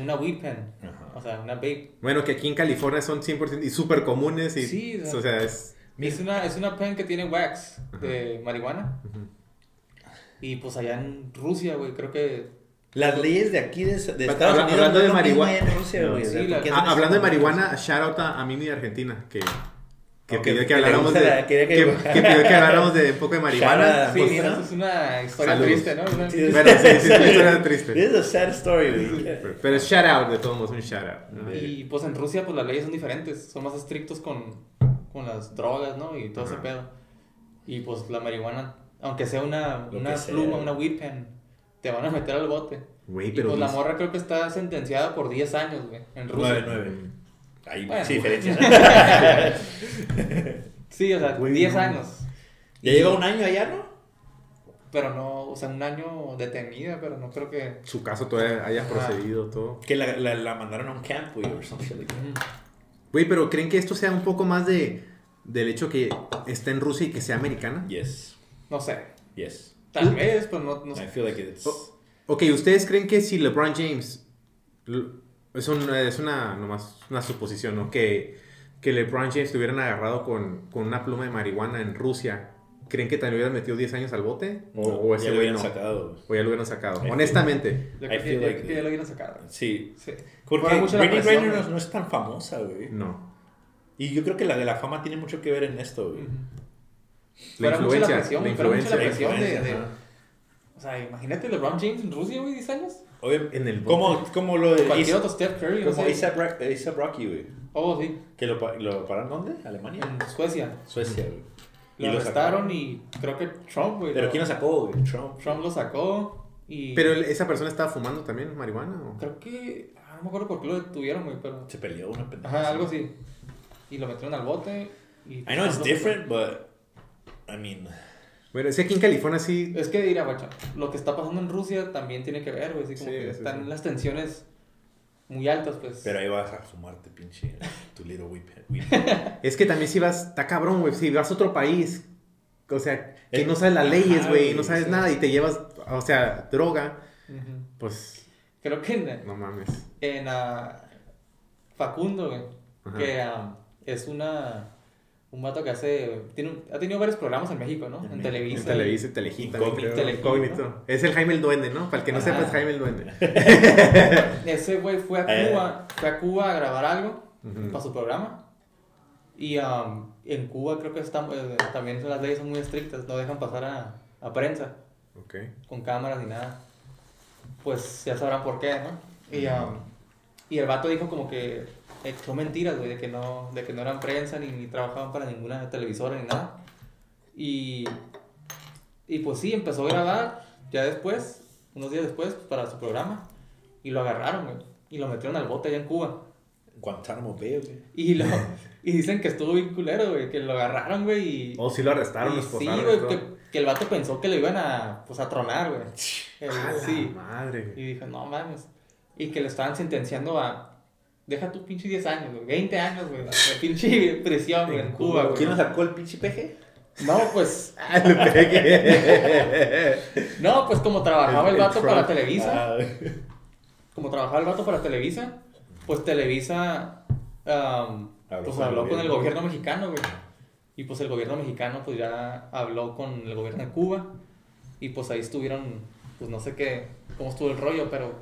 Speaker 2: una,
Speaker 3: vape.
Speaker 2: weed pen,
Speaker 1: Ajá.
Speaker 2: o sea, una vape.
Speaker 3: Bueno, que aquí en California son 100% y súper comunes y...
Speaker 2: Sí,
Speaker 3: o sea, es...
Speaker 2: Es una, es una pen que tiene wax de marihuana.
Speaker 3: Ujú.
Speaker 2: Y pues allá en Rusia, güey, creo que...
Speaker 1: Las leyes de aquí de, de
Speaker 3: Habla-
Speaker 1: Estados Unidos. no
Speaker 3: hablando de
Speaker 1: es lo mismo
Speaker 3: marihuana.
Speaker 1: en Rusia,
Speaker 3: No,
Speaker 1: güey, o
Speaker 2: sí,
Speaker 1: sea,
Speaker 2: la-
Speaker 1: porque
Speaker 3: Ah,
Speaker 1: es una-
Speaker 3: hablando de marihuana, shout out a, a Mimi de Argentina, que, que
Speaker 1: Ok,
Speaker 3: pidió
Speaker 1: que
Speaker 3: que
Speaker 1: le
Speaker 3: habláramos
Speaker 1: gusta
Speaker 3: de...
Speaker 1: la- quería
Speaker 3: que,
Speaker 1: que-
Speaker 3: que pidió que habláramos de un poco de marihuana.
Speaker 1: Ah,
Speaker 2: sí,
Speaker 1: pues,
Speaker 2: mira,
Speaker 1: ¿no?
Speaker 2: eso es una historia
Speaker 3: Saludos.
Speaker 2: triste, ¿no? Una-
Speaker 1: Sí,
Speaker 3: Bueno, sí, sí,
Speaker 1: [LAUGHS]
Speaker 3: sí, es una historia
Speaker 1: This
Speaker 3: triste.
Speaker 1: is a sad story, güey.
Speaker 3: Pero es shout out, de todos modos, un shout out.
Speaker 2: Y pues en Rusia pues las leyes son diferentes, son más estrictos con, con las drogas, ¿no? Y todo ese
Speaker 3: Ajá.
Speaker 2: pedo. Y pues la marihuana, aunque sea una,
Speaker 1: Lo
Speaker 2: una
Speaker 1: que sea.
Speaker 2: pluma, una weed pen, te van a meter al bote.
Speaker 3: Güey,
Speaker 2: Y
Speaker 3: pero...
Speaker 2: pues la
Speaker 3: dice-
Speaker 2: morra creo que está sentenciada por 10 años, güey, en Rusia.
Speaker 1: 9-9. Ahí
Speaker 2: Bueno.
Speaker 1: sí, diferencia.
Speaker 3: [LAUGHS]
Speaker 1: ¿no?
Speaker 2: Sí, o sea,
Speaker 3: Güey,
Speaker 2: 10
Speaker 3: no.
Speaker 2: años.
Speaker 1: ya lleva un año allá, ¿no?
Speaker 2: Pero no, o sea, un año detenida, pero no creo que...
Speaker 3: su caso todavía haya
Speaker 2: Ajá.
Speaker 3: procedido todo.
Speaker 1: Que la, la, la mandaron a un camp, güey, or some shit like that.
Speaker 3: Güey, pero ¿creen que esto sea un poco más de del hecho que está en Rusia y que sea americana?
Speaker 1: Yes,
Speaker 2: No sé,
Speaker 1: yes.
Speaker 2: tal vez, pero no, no
Speaker 1: I
Speaker 2: sé.
Speaker 1: feel like it's...
Speaker 3: Oh. Ok, ¿ustedes creen que si LeBron James l- es una, es una nomás una suposición, ¿no? Que, que LeBron James lo hubieran agarrado con, con una pluma de marihuana en Rusia, ¿creen que también hubieran metido 10 años al bote?
Speaker 1: no,
Speaker 3: O,
Speaker 1: ya
Speaker 3: o oh, ese
Speaker 1: lo
Speaker 3: güey
Speaker 1: habían
Speaker 3: no.
Speaker 1: sacado. Eh. güey.
Speaker 3: O ya lo hubieran sacado.
Speaker 1: I
Speaker 3: Honestamente.
Speaker 2: Yo
Speaker 1: I
Speaker 2: creo que,
Speaker 1: feel
Speaker 2: yo
Speaker 1: like
Speaker 2: creo que ya lo hubieran sacado.
Speaker 1: Sí.
Speaker 2: Sí.
Speaker 1: Porque
Speaker 2: Fuera mucho la
Speaker 1: Brittany
Speaker 2: presión,
Speaker 1: Griner no,
Speaker 2: güey.
Speaker 1: no es tan famosa, güey.
Speaker 3: No.
Speaker 1: Y yo creo que la de la fama tiene mucho que ver en esto, güey.
Speaker 2: Ujú.
Speaker 3: La
Speaker 2: Fuera mucha la
Speaker 3: influencia.
Speaker 2: presión,
Speaker 3: la
Speaker 2: fuera mucha la
Speaker 3: influencia.
Speaker 2: presión.
Speaker 1: Influencia,
Speaker 2: de- de-
Speaker 1: ajá.
Speaker 2: O sea, imagínate LeBron James en Rusia, güey, 10 años.
Speaker 1: Obvio,
Speaker 3: En el
Speaker 1: como, como lo de
Speaker 2: Cualquier
Speaker 1: Isa-
Speaker 2: otro Steph Curry, no
Speaker 1: Pues, como
Speaker 2: sé.
Speaker 1: A$AP Rock- A$AP Rocky, güey.
Speaker 2: Oh, sí,
Speaker 1: Que lo, pa- lo pararon ¿dónde? ¿Alemania?
Speaker 2: en Suecia.
Speaker 1: Suecia, güey. Y
Speaker 2: Lo
Speaker 1: lo
Speaker 2: arrestaron
Speaker 1: sacaron.
Speaker 2: y creo que Trump, güey.
Speaker 1: Pero
Speaker 2: lo-
Speaker 1: ¿quién lo sacó, güey? Trump.
Speaker 2: Trump lo sacó y...
Speaker 3: Pero el- esa persona estaba fumando también marihuana o
Speaker 2: Creo que... ah, No me acuerdo por qué lo detuvieron, güey, pero...
Speaker 1: Se peleó una pendejada.
Speaker 2: Ajá, algo así. Y lo metieron al bote y...
Speaker 1: I know it's different, but I mean,
Speaker 3: Bueno, es que aquí en California sí
Speaker 2: Es que dirá, guacha, lo que está pasando en Rusia también tiene que ver, güey. Así como
Speaker 3: Sí,
Speaker 2: que
Speaker 3: sí,
Speaker 2: están
Speaker 3: sí.
Speaker 2: las tensiones muy altas, pues.
Speaker 1: pero ahí vas a fumarte pinche tu little whip. whip.
Speaker 3: Es que también si vas, está cabrón, güey. Si vas a otro país, o sea, que
Speaker 1: Eh,
Speaker 3: no sabes las leyes,
Speaker 1: ajá,
Speaker 3: güey,
Speaker 1: güey,
Speaker 3: no sabes
Speaker 1: sí.
Speaker 3: nada y te llevas, o sea, droga,
Speaker 2: Ujú.
Speaker 3: pues
Speaker 2: Creo que... en-
Speaker 3: no mames.
Speaker 2: en ah, Facundo, güey,
Speaker 3: Ajá.
Speaker 2: que ah, es una un vato que hace tiene un- ha tenido varios programas en México, ¿no?
Speaker 1: En
Speaker 2: En,
Speaker 1: México.
Speaker 3: En
Speaker 2: Televisa.
Speaker 3: Televisa, y Telejita.
Speaker 1: Incógnito.
Speaker 3: creo.
Speaker 2: Telejita,
Speaker 3: Incógnito.
Speaker 2: ¿no?
Speaker 3: Es el Jaime el Duende, ¿no? Para el que no
Speaker 2: Ajá.
Speaker 3: sepa, es Jaime el Duende.
Speaker 2: Ese güey fue a
Speaker 1: Eh.
Speaker 2: Cuba, fue a Cuba a grabar algo
Speaker 3: Ujú.
Speaker 2: para su programa. Y ah, en Cuba creo que está- eh, también las leyes son muy estrictas, no dejan pasar a, a prensa
Speaker 3: Ok.
Speaker 2: con cámaras ni nada. Pues ya sabrán por qué, ¿no? Y, ah, y el vato dijo como que echó mentiras, güey, de que no, de que no eran prensa ni, ni trabajaban para ninguna televisora ni nada. Y, y pues sí, empezó a grabar ya después, unos días después, pues, para su programa. Y lo agarraron, güey. Y lo metieron al bote allá en Cuba.
Speaker 1: Guantánamo Bay, güey.
Speaker 2: Y,
Speaker 3: [LAUGHS]
Speaker 2: lo, y dicen que estuvo bien culero, güey, que lo agarraron, güey. Y,
Speaker 3: O si lo arrestaron,
Speaker 2: y
Speaker 3: los
Speaker 2: sí,
Speaker 3: esposaron.
Speaker 2: güey, que, que el vato pensó que lo iban a, pues, a tronar, güey. El-
Speaker 3: Ah, sí.
Speaker 2: sí.
Speaker 3: madre. güey.
Speaker 2: Y dijo, no mames. Y que lo estaban sentenciando a. Deja tu pinche 10 años, güey. 20 años, güey. La pinche prisión, güey, en Cuba, güey.
Speaker 1: ¿Quién lo sacó el pinche
Speaker 2: [LAUGHS]
Speaker 1: peje?
Speaker 2: No,
Speaker 1: [LAUGHS]
Speaker 2: pues.
Speaker 3: Ah, le pegué.
Speaker 2: No, pues como trabajaba
Speaker 3: El-
Speaker 2: el
Speaker 3: el
Speaker 2: vato para
Speaker 3: Trump.
Speaker 2: Televisa.
Speaker 1: Ah, güey.
Speaker 2: Como trabajaba el vato para Televisa, pues Televisa. am,
Speaker 1: Habló
Speaker 2: pues
Speaker 1: con el
Speaker 2: habló con el
Speaker 1: gobierno.
Speaker 2: gobierno mexicano, güey. Y pues el gobierno mexicano, pues ya habló con el gobierno de Cuba. Y pues ahí estuvieron, pues no sé qué, cómo estuvo el rollo, pero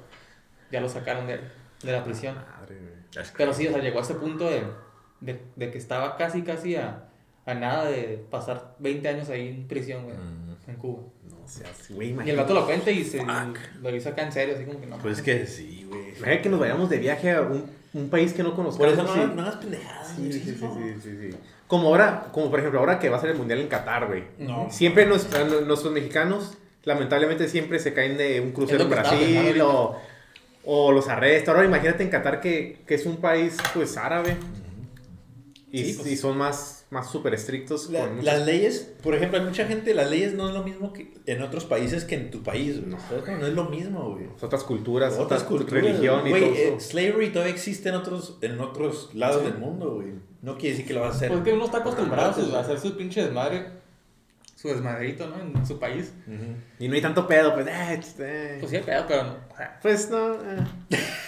Speaker 2: ya lo sacaron de, de la prisión.
Speaker 3: Madre, güey.
Speaker 2: Pero sí, o sea, llegó a este punto de, de, de que estaba casi, casi a, a nada de pasar 20 años ahí en prisión, güey,
Speaker 1: Mm.
Speaker 2: en Cuba.
Speaker 3: No No seas, güey,
Speaker 2: Y el vato
Speaker 3: imagínate.
Speaker 2: lo cuenta y se
Speaker 4: Fuck.
Speaker 2: lo hizo acá en serio, así como que no.
Speaker 4: Pues es que sí, güey.
Speaker 3: Imagínate que nos vayamos de viaje a un, un país que no
Speaker 4: Por
Speaker 3: conozcamos.
Speaker 4: eso no
Speaker 3: sí.
Speaker 4: hagas no hagas
Speaker 1: Ah,
Speaker 4: pendejadas,
Speaker 3: Sí,
Speaker 4: güey.
Speaker 3: sí, sí, sí, sí, sí. Como ahora, como por ejemplo, ahora que va a ser el mundial en Qatar, güey.
Speaker 4: No.
Speaker 3: Siempre nos- a no- nuestros mexicanos, lamentablemente, siempre se caen de un crucero
Speaker 2: Es
Speaker 3: en
Speaker 2: lo que estaba
Speaker 3: Brasil
Speaker 2: pensando
Speaker 3: o, o los arrestan. Ahora imagínate en Qatar que, que es un país, pues, árabe. Y,
Speaker 4: Sí, pues.
Speaker 3: y son más, más súper estrictos.
Speaker 1: La-
Speaker 3: con muchas-
Speaker 1: las leyes, por ejemplo, hay mucha gente, las leyes no es lo mismo que en otros países que en tu país, güey.
Speaker 3: No,
Speaker 1: ¿Sabes cómo? No, es lo mismo, güey.
Speaker 3: otras culturas,
Speaker 1: Otras culturas,
Speaker 3: religión y
Speaker 1: güey,
Speaker 3: todo
Speaker 1: eh,
Speaker 3: eso.
Speaker 1: slavery todavía existe en otros, en otros lados del mundo, güey. No quiere decir que lo va a hacer.
Speaker 2: Porque uno está acostumbrado a, su-
Speaker 1: Ujú.
Speaker 2: a hacer su pinche desmadre, su desmadrito, ¿no? En su país.
Speaker 3: Y no hay tanto pedo, pues. eh, eh.
Speaker 2: Pues sí, hay pedo, pero no. o sea,
Speaker 3: Pues no. eh.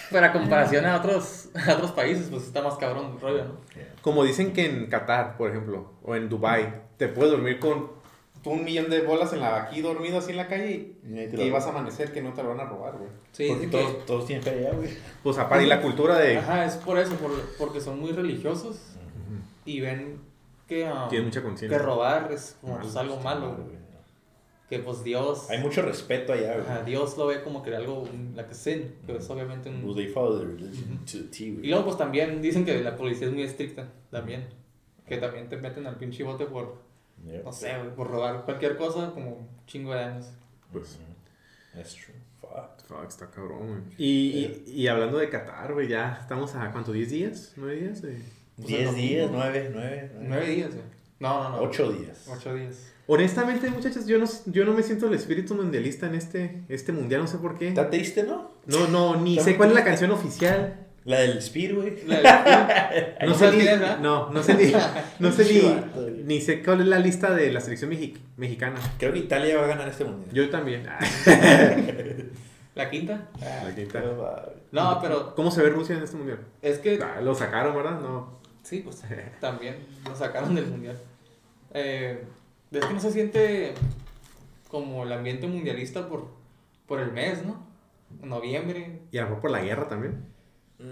Speaker 2: Para comparación a otros, a otros países, pues está más cabrón el rollo, ¿no?
Speaker 3: Como dicen que en Qatar, por ejemplo, o en Dubai, te puedes dormir con un millón de bolas en la aquí dormido así en la calle
Speaker 1: Y ahí
Speaker 3: y,
Speaker 1: te lo-
Speaker 3: y vas a amanecer que no te lo van a robar, güey.
Speaker 2: Sí,
Speaker 1: Porque
Speaker 2: dicen
Speaker 1: todos, todos tienen fe allá, güey.
Speaker 3: Pues aparte y la cultura de
Speaker 2: Ajá, es por eso, por- porque son muy religiosos y ven que, ah,
Speaker 3: tiene mucha
Speaker 2: que
Speaker 3: conciencia.
Speaker 2: robar es como
Speaker 1: Ah,
Speaker 3: Malo,
Speaker 2: pues, algo malo, güey. que pues Dios,
Speaker 1: Hay mucho respeto allá, güey.
Speaker 2: ajá, Dios lo ve como que algo, un- la que sin, que es obviamente
Speaker 1: Well,
Speaker 2: un...
Speaker 1: Pues, they follow the religion to the T, güey.
Speaker 2: Y luego pues también dicen que la policía es muy estricta, también, que también te meten al pinche bote por,
Speaker 1: Yeah.
Speaker 2: no sé, güey, por robar cualquier cosa, como un chingo de años.
Speaker 3: Pues,
Speaker 1: That's true. Fuck.
Speaker 3: fuck, está cabrón, güey. Y, y, y hablando de Qatar, güey, ya estamos a ¿cuánto? ¿10 días? ¿9 días? Eh. de-
Speaker 2: Pues, es
Speaker 1: Diez
Speaker 2: lo mismo.
Speaker 1: días, nueve, nueve.
Speaker 2: Nueve días, güey. No, no, no.
Speaker 1: Ocho días.
Speaker 2: Ocho días.
Speaker 3: Honestamente, muchachos, yo no, yo no me siento el espíritu mundialista en este, este mundial, no sé por qué.
Speaker 1: ¿Está triste, no?
Speaker 3: No, no, ni
Speaker 1: Está
Speaker 3: sé
Speaker 1: muy
Speaker 3: cuál es la canción oficial.
Speaker 1: La del Speed, güey.
Speaker 2: La-
Speaker 3: No
Speaker 2: no
Speaker 3: sé,
Speaker 2: sabes
Speaker 3: ni,
Speaker 2: quién es, ¿verdad?
Speaker 3: no, no sé ni,
Speaker 1: [LAUGHS]
Speaker 3: no sé
Speaker 1: Chivato,
Speaker 3: ni,
Speaker 1: güey.
Speaker 3: ni sé cuál es la lista de la selección mexi- mexicana.
Speaker 1: Creo que Italia va a ganar este mundial.
Speaker 3: Yo también. Ah,
Speaker 2: ¿La quinta?
Speaker 3: la quinta.
Speaker 1: No va.
Speaker 2: No, pero
Speaker 3: ¿Cómo se ve Rusia en este mundial?
Speaker 2: es que
Speaker 3: Ah, Lo sacaron, ¿verdad? No.
Speaker 2: Sí, pues también lo sacaron del mundial. Eh, es que no se siente como el ambiente mundialista por, por el mes, ¿no? Noviembre.
Speaker 3: Y a lo mejor por la guerra también.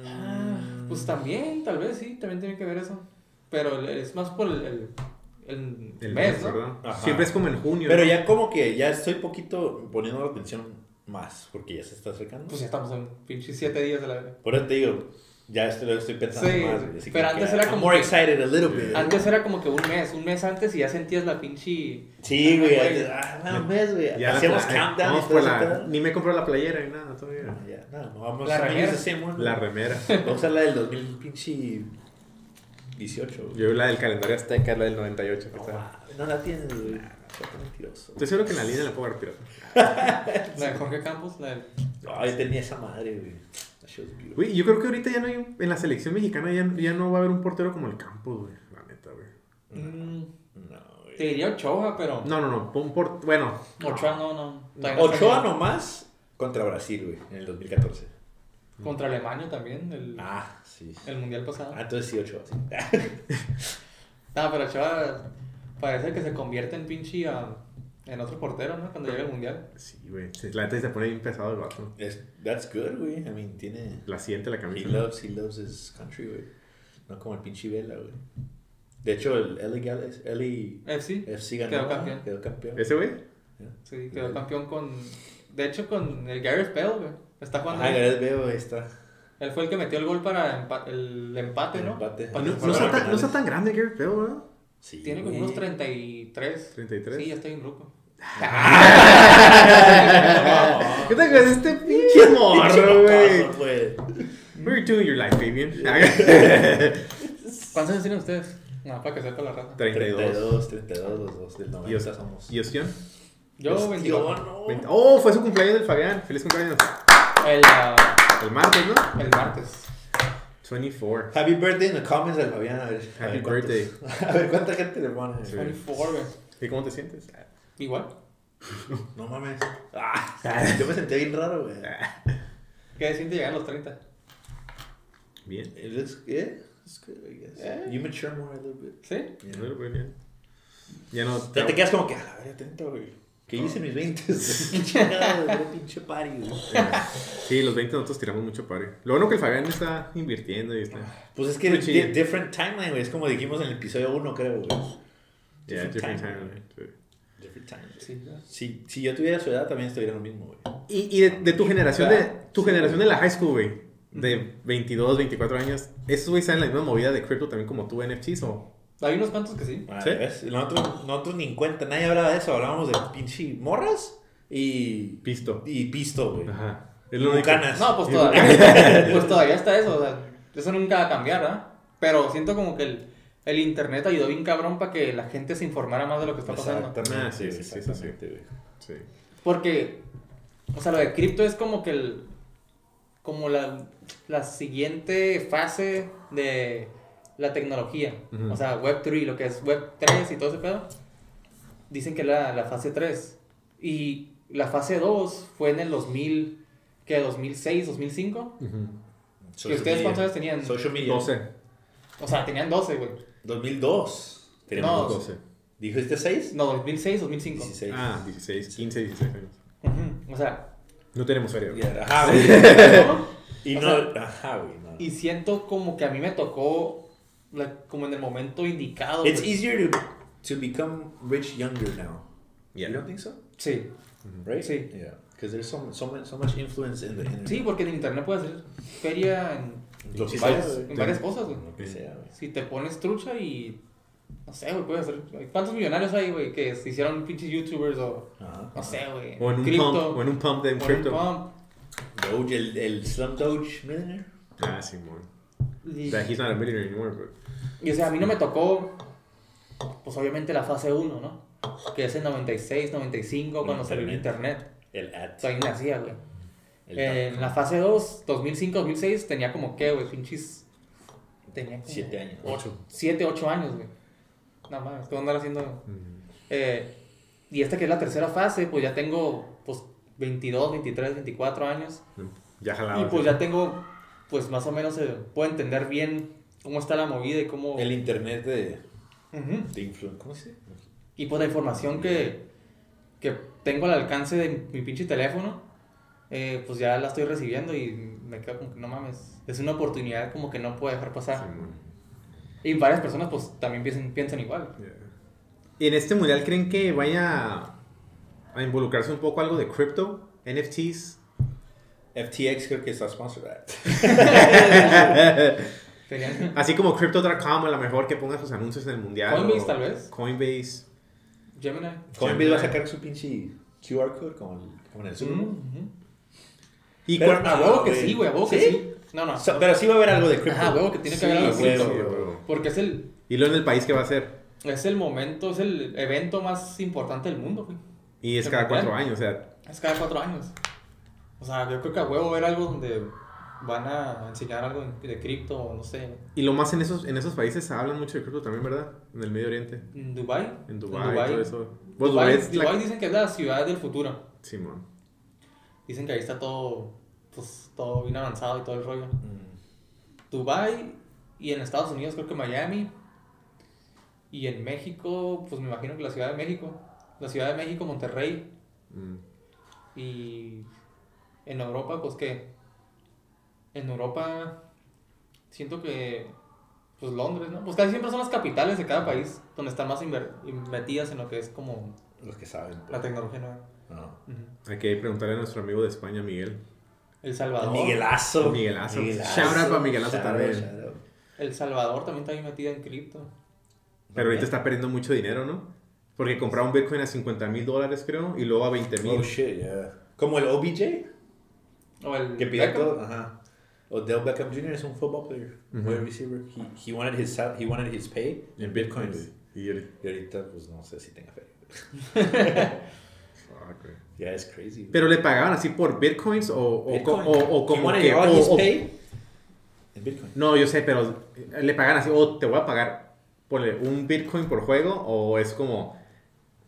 Speaker 1: Ah.
Speaker 2: Pues también, tal vez sí, también tiene que ver eso. Pero el- es más por el, el, el
Speaker 3: El
Speaker 2: mes,
Speaker 3: mes,
Speaker 2: ¿no?
Speaker 3: ¿verdad?
Speaker 1: Ajá.
Speaker 3: Siempre es como en junio.
Speaker 1: Pero
Speaker 3: ¿no?
Speaker 1: ya como que ya estoy poquito poniendo la atención más, porque ya se está acercando.
Speaker 2: Pues ya estamos en pinches siete días de la verga.
Speaker 1: Por eso te digo, ya estoy, lo estoy pensando
Speaker 2: Sí,
Speaker 1: más. güey. Así
Speaker 2: pero
Speaker 1: como que
Speaker 2: antes era
Speaker 1: I'm
Speaker 2: como
Speaker 1: more
Speaker 2: que-
Speaker 1: excited a little bit.
Speaker 2: Antes era como que un mes, un mes antes y ya sentías la pinche...
Speaker 1: Sí, güey.
Speaker 2: Ah, güey.
Speaker 1: antes- Ah, no, ves, güey.
Speaker 3: Ya la
Speaker 1: Hacíamos
Speaker 3: playa-
Speaker 1: countdown.
Speaker 3: vamos
Speaker 1: y
Speaker 3: por
Speaker 1: todo
Speaker 3: la-
Speaker 1: ese
Speaker 3: [LAUGHS]
Speaker 1: pedo.
Speaker 3: Ni me compró la playera ni nada todavía.
Speaker 1: Ya, no, no, vamos
Speaker 2: La
Speaker 1: a
Speaker 2: remera.
Speaker 3: La remera.
Speaker 1: Vamos a la del 2018. güey.
Speaker 3: Yo vi la del calendario azteca, la del 98. que está-
Speaker 1: No la tienes, güey. Qué mentiroso.
Speaker 3: Estoy seguro que en la línea la puedo ver pirata.
Speaker 2: La de Jorge Campos, la del...
Speaker 1: No, yo tenía esa madre, güey. That shit was beautiful.
Speaker 3: Güey, yo creo que ahorita ya no hay. un- En la selección mexicana ya, ya no va a haber un portero como el Campos, güey. La neta, güey.
Speaker 2: Mm,
Speaker 1: No,
Speaker 2: te
Speaker 1: güey.
Speaker 2: diría Ochoa, pero...
Speaker 3: No, no, no. Un por... Bueno.
Speaker 2: Ochoa no, no. Todavía no está
Speaker 1: Ochoa
Speaker 2: bien.
Speaker 1: nomás contra Brasil, güey, en el 2014.
Speaker 2: Contra Alemania también, el,
Speaker 1: Ah, sí.
Speaker 2: el mundial pasado.
Speaker 1: Ah, entonces sí, Ochoa, sí. [LAUGHS]
Speaker 2: No, pero Ochoa parece que se convierte en pinche ah, en otro portero, ¿no? Cuando llega el mundial.
Speaker 3: Sí, güey. Se- La neta se pone bien pesado el vato.
Speaker 1: Es- that's good, güey. I mean, tiene.
Speaker 3: La siguiente, la
Speaker 1: He
Speaker 3: camisa.
Speaker 1: loves, he loves his country, güey. No como el pinche Vela, güey. De hecho, el Eli Gales, Eli
Speaker 2: FC,
Speaker 1: FC ganó.
Speaker 2: Quedó
Speaker 1: ¿no?
Speaker 2: campeón.
Speaker 1: Quedó campeón.
Speaker 3: ¿Ese, güey?
Speaker 2: sí, quedó campeón con. De hecho, con el Gareth Bale, güey. Está jugando.
Speaker 1: Ah,
Speaker 2: ahí.
Speaker 1: Gareth Bale, ahí está.
Speaker 2: Él fue el que metió el gol para empa- el empate,
Speaker 1: El
Speaker 2: ¿no?
Speaker 1: empate.
Speaker 2: Para
Speaker 3: No,
Speaker 2: que
Speaker 3: no
Speaker 2: fuera
Speaker 3: está
Speaker 2: penal.
Speaker 3: tan, no está tan grande Gareth Bale, ¿verdad?
Speaker 1: Sí,
Speaker 2: Tiene como
Speaker 1: güey. [LAUGHS]
Speaker 2: unos 33.
Speaker 3: 33.
Speaker 2: Sí, ya está bien ruco.
Speaker 3: ¿Qué te crees este pinche morro, güey?
Speaker 1: Paso, güey.
Speaker 3: What are you doing with your life, Ah. [LAUGHS] Fabian?
Speaker 2: ¿Cuántos años tienen ustedes? No, para que sepa la rata.
Speaker 3: 32.
Speaker 1: 32, 32, los dos del 90
Speaker 3: ¿Y Ost-
Speaker 1: somos.
Speaker 3: ¿Y Ostión?
Speaker 1: Pues,
Speaker 2: Yo, 22.
Speaker 3: Veinte- Oh, fue su cumpleaños del Fabián. Feliz cumpleaños.
Speaker 2: El, ah,
Speaker 3: El martes, ¿no?
Speaker 2: el martes.
Speaker 3: 24.
Speaker 1: Happy birthday in the comments al Fabián. A ver, a
Speaker 3: Happy
Speaker 1: ver cuántos- [LAUGHS] A ver cuánta gente le pone.
Speaker 3: Sí.
Speaker 2: 24, güey.
Speaker 3: ¿Y cómo te sientes?
Speaker 2: Igual.
Speaker 1: No mames. Ah, yo me senté bien raro, güey.
Speaker 2: ¿Qué siente llegar a los 30?
Speaker 3: Bien.
Speaker 1: It looks good. It's good, I guess. You mature more a little bit.
Speaker 2: ¿Sí?
Speaker 1: Yeah.
Speaker 3: Bueno, pues, bien. Ya no.
Speaker 1: Ya te quedas como que, a la verga, atento, güey. ¿Qué hice en mis 20? [LAUGHS] pinche party, güey.
Speaker 3: Sí, los 20 nosotros tiramos mucho party. Lo bueno que el Fabián está invirtiendo y está.
Speaker 1: Pues es que
Speaker 3: Muy chido.
Speaker 1: di- different timeline, güey. Es como dijimos en el episodio 1, creo, güey.
Speaker 3: Yeah,
Speaker 1: Different
Speaker 3: different
Speaker 1: time,
Speaker 3: time. sí.
Speaker 1: Different times.
Speaker 2: Sí, ¿verdad?
Speaker 1: Si, si yo tuviera su edad, también estuviera en lo mismo, güey.
Speaker 3: Y, y de, de tu generación de tu
Speaker 1: Sí.
Speaker 3: generación de la high school, güey, de 22, 24 años, esos güey saben la misma movida de cripto también como tú NFTs o
Speaker 2: Hay unos cuantos que sí.
Speaker 1: Ah,
Speaker 3: ¿Sí?
Speaker 1: ¿ves? Nosotros, nosotros ni en cuenta, nadie hablaba de eso. Hablábamos de pinche morras y,
Speaker 3: pisto.
Speaker 1: y pisto, güey.
Speaker 3: Ajá.
Speaker 1: Y
Speaker 3: Es lo único.
Speaker 1: bucanas.
Speaker 2: No, pues todavía, [LAUGHS] pues todavía está eso, o sea, eso nunca va a cambiar, ¿verdad? Pero siento como que el, el internet ayudó bien cabrón para que la gente se informara más de lo que está pasando.
Speaker 1: Exactamente,
Speaker 3: Ah, sí, sí, sí, sí, sí.
Speaker 1: exactamente, güey.
Speaker 3: Sí.
Speaker 2: Porque, o sea, lo de cripto es como que el, como la, la siguiente fase de la tecnología.
Speaker 3: Ujú.
Speaker 2: O sea, Web3, lo que es Web3 y todo ese pedo. Dicen que es la, la fase 3. Y la fase 2 fue en el 2000, ¿qué? 2006, 2005.
Speaker 3: Ujú.
Speaker 2: ¿Y ustedes cuántos años tenían?
Speaker 1: Social media.
Speaker 3: 12.
Speaker 2: O sea, tenían 12, güey.
Speaker 1: 2002.
Speaker 2: No,
Speaker 1: Tenemos.
Speaker 3: 12.
Speaker 1: ¿Dijiste 6?
Speaker 2: No, 2006, 2005.
Speaker 1: 16.
Speaker 3: Ah, 16, 15, 16 años.
Speaker 2: Ujú, O sea,
Speaker 3: [COUGHS] No tenemos feria. güey.
Speaker 1: Ya, Ajá, [LAUGHS] güey.
Speaker 2: ¿no?
Speaker 1: Y
Speaker 2: O
Speaker 1: no,
Speaker 2: sea,
Speaker 1: ajá, güey. No.
Speaker 2: y siento como que a mí me tocó la- como en el momento indicado. pues.
Speaker 1: It's
Speaker 2: güey.
Speaker 1: easier to, to become rich younger now.
Speaker 3: Yeah.
Speaker 1: You don't think so?
Speaker 2: Sí,
Speaker 1: Right?
Speaker 2: Sí.
Speaker 1: Yeah. Because there's so, so, much, so much influence in the internet.
Speaker 2: sí, porque en internet puedes hacer feria en,
Speaker 1: Lo que
Speaker 3: Pues Sí,
Speaker 1: sea,
Speaker 3: sí.
Speaker 1: güey.
Speaker 2: en varias cosas, güey.
Speaker 1: Lo que sea, güey.
Speaker 2: Si te pones trucha y. No sé, güey, puedes hacer. ¿Cuántos millonarios hay, güey, que se hicieron pinches YouTubers o.
Speaker 1: Ajá.
Speaker 2: No sé, güey.
Speaker 3: O en un
Speaker 2: cripto,
Speaker 3: pump, o en un pump de
Speaker 2: o en un
Speaker 3: cripto.
Speaker 2: pump.
Speaker 1: Doge, el, el Slum Doge Millionaire.
Speaker 3: Ah, sí, güey.
Speaker 2: Y-
Speaker 3: That he's not a millionaire anymore, but
Speaker 2: Y o sea, a mí no me tocó, pues obviamente la fase 1, ¿no? Que es el 96, 95, cuando salió el internet.
Speaker 1: El At.
Speaker 2: Todavía ni nacía, güey.
Speaker 1: El
Speaker 2: Eh, en la fase 2, 2005, 2006, tenía como qué, güey, pinches. Tenía como.
Speaker 1: Siete años.
Speaker 2: 8. 7, 8 años, güey. Nada más, ¿qué andar haciendo? Eh, y esta que es la tercera fase, pues ya tengo, pues, 22, 23, 24 años.
Speaker 3: ya
Speaker 1: Ah,
Speaker 3: jalaba.
Speaker 2: Y pues
Speaker 3: sí.
Speaker 2: ya tengo, pues más o menos, eh, puedo entender bien cómo está la movida y cómo.
Speaker 1: El internet de,
Speaker 2: Ujú.
Speaker 1: de influence. ¿Cómo se dice?
Speaker 2: Y pues la información que, que tengo al alcance de mi pinche teléfono, eh, pues ya la estoy recibiendo y me quedo como que no mames. Es una oportunidad como que no puedo dejar
Speaker 3: Sí,
Speaker 2: pasar.
Speaker 3: güey.
Speaker 2: Y varias personas pues también piensan, piensan igual.
Speaker 3: Yeah. ¿Y en este mundial creen que vaya a involucrarse un poco algo de cripto? NFTs.
Speaker 1: FTX creo que está sponsored.
Speaker 3: [LAUGHS]
Speaker 2: Serían-
Speaker 3: [LAUGHS] Así como crypto.com a lo mejor que ponga sus anuncios en el mundial.
Speaker 2: Coinbase,
Speaker 3: o
Speaker 2: tal vez.
Speaker 3: Coinbase.
Speaker 2: Gemini.
Speaker 1: Coinbase va a sacar su pinche QR code como, el- como en el Super
Speaker 2: Ujú,
Speaker 1: Bowl.
Speaker 3: Mm.
Speaker 2: ujú.
Speaker 3: Y
Speaker 1: Pero
Speaker 3: cor-
Speaker 1: no,
Speaker 2: A huevo que
Speaker 1: güey.
Speaker 2: sí, güey, a huevo que
Speaker 1: ¿Sí?
Speaker 2: sí. No, no.
Speaker 1: O sea, pero sí va a haber algo de cripto.
Speaker 2: Ajá, huevo que tiene que haber algo de
Speaker 1: huevo,
Speaker 3: cripto.
Speaker 1: huevo.
Speaker 3: huevo.
Speaker 2: Porque es el,
Speaker 3: Y luego en el país que va a ser.
Speaker 2: es el momento, es el evento más importante del mundo, güey.
Speaker 3: Y es
Speaker 2: El
Speaker 3: cada cuatro
Speaker 2: mundial.
Speaker 3: años, o sea.
Speaker 2: Es cada cuatro años. O sea, yo creo que a huevo ver algo donde van a enseñar algo de cripto o no sé.
Speaker 3: Y lo más en esos, en esos países se hablan mucho de cripto también, ¿verdad? En el Medio Oriente.
Speaker 2: En Dubai.
Speaker 3: En Dubái,
Speaker 2: Dubái.
Speaker 3: todo eso. Pues
Speaker 2: Dubái-
Speaker 3: Dubái es la-
Speaker 2: Dubái dicen que es la ciudad del futuro.
Speaker 3: Simón.
Speaker 2: Dicen que ahí está todo, pues, todo bien avanzado y todo el rollo.
Speaker 1: Mm.
Speaker 2: Dubai y en Estados Unidos creo que Miami. Y en México, pues me imagino que la Ciudad de México. La Ciudad de México, Monterrey.
Speaker 3: Mm.
Speaker 2: Y en Europa, pues que... En Europa siento que... Pues Londres, ¿no? Pues casi siempre son las capitales de cada país donde están más inver- metidas en lo que es como
Speaker 1: Los que saben. pues.
Speaker 2: la tecnología nueva.
Speaker 1: No.
Speaker 2: Ujú.
Speaker 3: Hay que preguntarle a nuestro amigo de España, Miguel.
Speaker 2: El Salvador.
Speaker 1: Miguelazo.
Speaker 3: Ah, oh. Miguelazo. Shout out para Miguelazo
Speaker 1: Shout out,
Speaker 3: también.
Speaker 1: shout out.
Speaker 2: El Salvador también está ahí metida en cripto.
Speaker 3: Pero ahorita está perdiendo mucho dinero, ¿no? Porque compraron Bitcoin a 50 mil dólares, creo, y luego a 20 mil.
Speaker 1: Oh shit, yeah. Como el OBJ,
Speaker 2: O el
Speaker 1: que pidió
Speaker 2: Beckham.
Speaker 1: todo. Ajá. Odell Beckham Jr. es un football player,
Speaker 3: Ujú.
Speaker 1: wide receiver. He, he wanted his sal- he wanted his pay in bitcoins.
Speaker 3: Y ahorita-
Speaker 1: Y ahorita pues no sé si tenga fe.
Speaker 3: fuck, güey.
Speaker 1: Yeah, it's crazy. güey.
Speaker 3: Pero le pagaban así por Bitcoins o, o,
Speaker 1: Bitcoin.
Speaker 3: co- o- o
Speaker 1: He
Speaker 3: como
Speaker 1: wanted
Speaker 3: que...
Speaker 1: all
Speaker 3: o-
Speaker 1: his
Speaker 3: o-
Speaker 1: pay in bitcoin.
Speaker 3: no, yo sé, pero le pagan así, o te voy a pagar ponle, un Bitcoin por juego, o es como...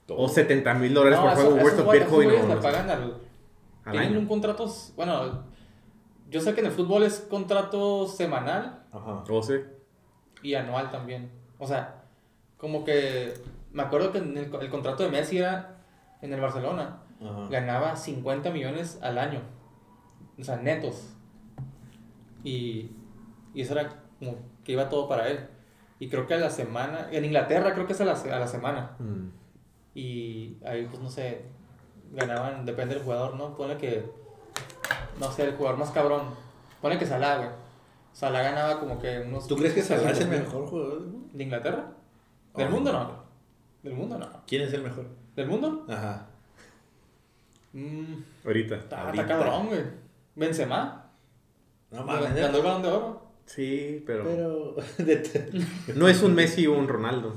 Speaker 1: Todo.
Speaker 3: O 70 mil dólares
Speaker 2: No,
Speaker 3: por
Speaker 2: esos-
Speaker 3: juego,
Speaker 2: esos
Speaker 3: worth of
Speaker 2: güeyes-
Speaker 3: Bitcoin.
Speaker 2: esos
Speaker 3: o
Speaker 2: güeyes
Speaker 3: no
Speaker 2: le
Speaker 3: sé,
Speaker 2: pagan al-
Speaker 3: al
Speaker 2: Tienen un
Speaker 3: año.
Speaker 2: contrato. Bueno, yo sé que en el fútbol es contrato semanal
Speaker 1: Ajá.
Speaker 3: O sea,
Speaker 2: y anual también. O sea, como que. Me acuerdo que en el, el contrato de Messi era en el Barcelona.
Speaker 1: Ajá.
Speaker 2: Ganaba 50 millones al año. O sea, netos. Y, y eso era como que iba todo para él. Y creo que a la semana. En Inglaterra creo que es a la, se- a la semana.
Speaker 3: mm,
Speaker 2: Y ahí, pues no sé, ganaban, depende del jugador, ¿no? Pone que, no sé, el jugador más cabrón. Pone que Salah, güey. Salah ganaba como que unos.
Speaker 1: ¿Tú crees que Salah es el
Speaker 2: 300,000.
Speaker 1: mejor jugador del mundo?
Speaker 2: ¿De Inglaterra? ¿Del
Speaker 1: Oh,
Speaker 2: mundo no? ¿Del mundo no?
Speaker 1: ¿Quién es el mejor?
Speaker 2: ¿Del mundo?
Speaker 1: Ajá.
Speaker 2: Mm,
Speaker 3: Ahorita.
Speaker 2: está,
Speaker 1: Ahorita.
Speaker 2: está cabrón, güey. Benzema.
Speaker 1: No mames.
Speaker 2: Ganó el
Speaker 1: ¿eh?
Speaker 2: balón de oro.
Speaker 3: Sí, pero...
Speaker 1: [LAUGHS] Pero. de-
Speaker 3: No es un Messi o un Ronaldo.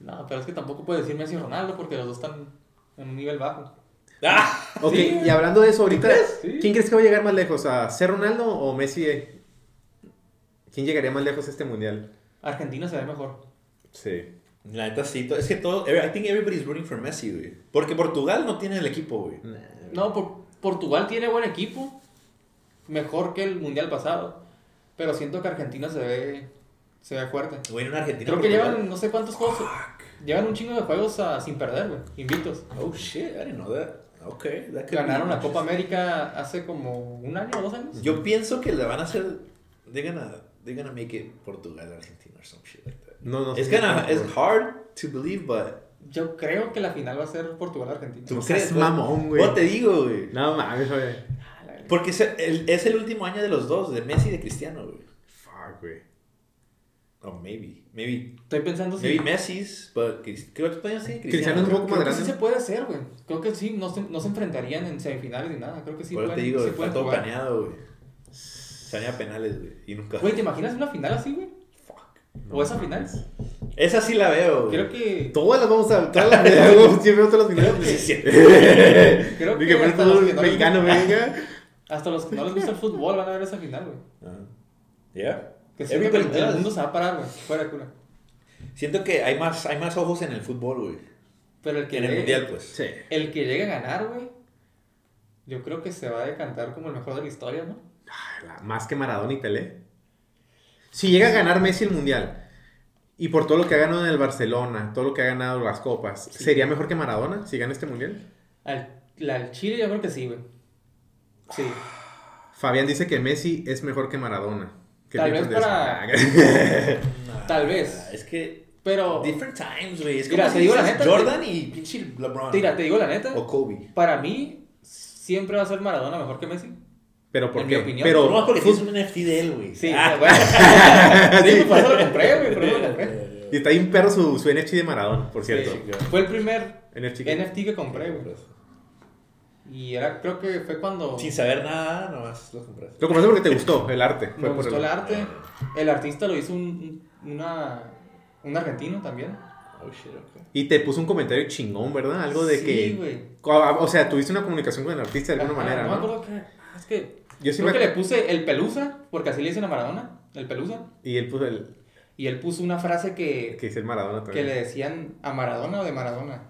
Speaker 2: No, pero es que tampoco puede decir Messi y Ronaldo porque los dos están en un nivel bajo.
Speaker 1: ¡Ah!
Speaker 3: Ok,
Speaker 2: Sí.
Speaker 3: y hablando de eso, ahorita,
Speaker 2: Sí.
Speaker 3: ¿quién crees que va a llegar más lejos? ¿A ser Ronaldo o Messi? eh? ¿Quién llegaría más lejos a este mundial?
Speaker 2: Argentina se ve mejor.
Speaker 3: Sí.
Speaker 1: La neta sí. to- Es que todo. every- I think everybody's rooting for Messi, güey. Porque Portugal no tiene el equipo, güey.
Speaker 2: No, por- Portugal tiene buen equipo. Mejor que el mundial pasado. Pero siento que Argentina se ve, se ve fuerte.
Speaker 1: Güey, en Argentina.
Speaker 2: Creo que
Speaker 1: Portugal-
Speaker 2: llevan no sé cuántos juegos. Llevan un chingo de juegos ah, sin perder, güey. Invictos.
Speaker 1: Oh shit, I didn't know that. Okay, that could
Speaker 2: Ganaron
Speaker 1: be
Speaker 2: la Copa América hace como un año o dos años.
Speaker 1: Yo pienso que la van a hacer. They're gonna, they're gonna make it Portugal, Argentina, or some shit like that.
Speaker 3: No, no.
Speaker 1: It's
Speaker 3: sí,
Speaker 1: gonna,
Speaker 3: no,
Speaker 1: it's
Speaker 3: no.
Speaker 1: hard to believe, but.
Speaker 2: Yo creo que la final va a ser Portugal-Argentina.
Speaker 1: ¿Tú
Speaker 3: No
Speaker 1: crees,
Speaker 3: seas
Speaker 1: güey?
Speaker 3: mamón, güey.
Speaker 1: ¿Cómo te digo, güey?
Speaker 3: No mames, güey.
Speaker 2: Ah, la-
Speaker 1: Porque es el, es el último año de los dos, de Messi y de Cristiano, güey.
Speaker 3: Fuck, güey.
Speaker 1: Oh, maybe, maybe,
Speaker 2: Estoy pensando si.
Speaker 1: maybe Messi's, but Cris- creo que España sí,
Speaker 3: Cristiano
Speaker 1: Cristiano.
Speaker 3: es un
Speaker 1: creo.
Speaker 3: poco más
Speaker 2: Creo que sí se
Speaker 3: grande.
Speaker 2: puede hacer, güey. Creo que sí, no se, no se enfrentarían en semifinales ni nada. Creo que sí
Speaker 1: Por eso
Speaker 2: pueden,
Speaker 1: te digo,
Speaker 2: sí
Speaker 1: güey,
Speaker 2: pueden
Speaker 1: está todo
Speaker 2: jugar.
Speaker 1: planeado, güey. Planea penales, güey, y nunca.
Speaker 2: Güey, ¿te imaginas una final así, güey?
Speaker 3: No
Speaker 2: ¿O esa final?
Speaker 3: mames.
Speaker 1: Esa sí la veo, güey.
Speaker 2: Creo que.
Speaker 3: Todas las vamos a... Todas las videos, siempre todas las
Speaker 1: Creo
Speaker 3: videos.
Speaker 1: que sí es cierto. [LAUGHS]
Speaker 2: Creo que
Speaker 3: Dije, pero el
Speaker 2: hasta los
Speaker 3: fútbol
Speaker 2: que no les-
Speaker 3: mexicano, venga.
Speaker 2: [LAUGHS] Hasta los que no les gusta el fútbol van a ver esa final, güey.
Speaker 1: Ajá. Yeah.
Speaker 2: Que siento que
Speaker 1: Everybody
Speaker 2: el, el
Speaker 1: does.
Speaker 2: mundo se va a parar, güey. Fuera de cura.
Speaker 1: Siento que hay más, hay más ojos en el fútbol, güey.
Speaker 2: Pero el
Speaker 1: Que
Speaker 2: que,
Speaker 1: en el
Speaker 2: llegue,
Speaker 1: mundial, pues.
Speaker 3: Sí.
Speaker 2: el que llegue a ganar, güey, yo creo que se va a decantar como el mejor de la historia, ¿no?
Speaker 3: La- Más que Maradona y Pelé. Si llega a ganar Messi el Mundial y por todo lo que ha ganado en el Barcelona, todo lo que ha ganado las copas, ¿sería mejor que Maradona si gana este Mundial?
Speaker 2: Al, la, al Chile yo creo que sí, güey. Sí.
Speaker 3: Fabián dice que Messi es mejor que Maradona. ¿Qué
Speaker 2: Tal
Speaker 3: piensas
Speaker 2: vez
Speaker 3: de
Speaker 2: para-
Speaker 3: eso?
Speaker 1: Nah,
Speaker 2: Tal vez.
Speaker 1: Ah, Es que.
Speaker 2: Pero,
Speaker 1: Different times, güey. Es
Speaker 2: Mira,
Speaker 1: como
Speaker 2: te
Speaker 1: si
Speaker 2: digo la
Speaker 1: dices
Speaker 2: neta,
Speaker 1: Jordan y pinche LeBron.
Speaker 2: tira, te
Speaker 1: güey.
Speaker 2: digo la neta.
Speaker 1: O Kobe.
Speaker 2: Para mí, siempre va a ser Maradona mejor que Messi.
Speaker 3: [LAUGHS] Pero ¿por
Speaker 2: En
Speaker 3: qué?
Speaker 2: mi opinión,
Speaker 3: Pero
Speaker 1: No más porque
Speaker 3: fut-
Speaker 1: tienes un NFT de él, güey.
Speaker 2: Sí,
Speaker 3: [LAUGHS]
Speaker 1: Ah,
Speaker 2: güey. Sí, por eso lo compré, güey. Por eso lo
Speaker 1: güey,
Speaker 2: compré.
Speaker 1: güey,
Speaker 3: y está bien perro su, su NFT de Maradona, por cierto.
Speaker 2: Sí, Fue el primer
Speaker 3: NFT.
Speaker 2: NFT que compré,
Speaker 1: güey.
Speaker 2: güey. Y era, creo que fue cuando
Speaker 1: Sin saber nada, nomás lo compré.
Speaker 3: Lo compraste porque te gustó el arte.
Speaker 2: me
Speaker 3: por
Speaker 2: gustó el
Speaker 3: el-
Speaker 2: arte. El artista lo hizo un, un- una, un argentino también.
Speaker 1: Oh shit, ok.
Speaker 3: Y te puso un comentario chingón, ¿verdad? Algo de
Speaker 2: Sí,
Speaker 3: que...
Speaker 2: güey.
Speaker 3: O sea, tuviste una comunicación con el artista de alguna
Speaker 2: Ajá,
Speaker 3: manera,
Speaker 2: me
Speaker 3: ¿no?
Speaker 2: acuerdo que. Es que.
Speaker 3: Yo sí
Speaker 2: creo
Speaker 3: me...
Speaker 2: que le puse el pelusa, porque así le dicen a Maradona, el pelusa.
Speaker 3: Y él puso el...
Speaker 2: Y él puso una frase que,
Speaker 3: Que dice el Maradona
Speaker 2: que
Speaker 3: también.
Speaker 2: le decían a Maradona o de Maradona.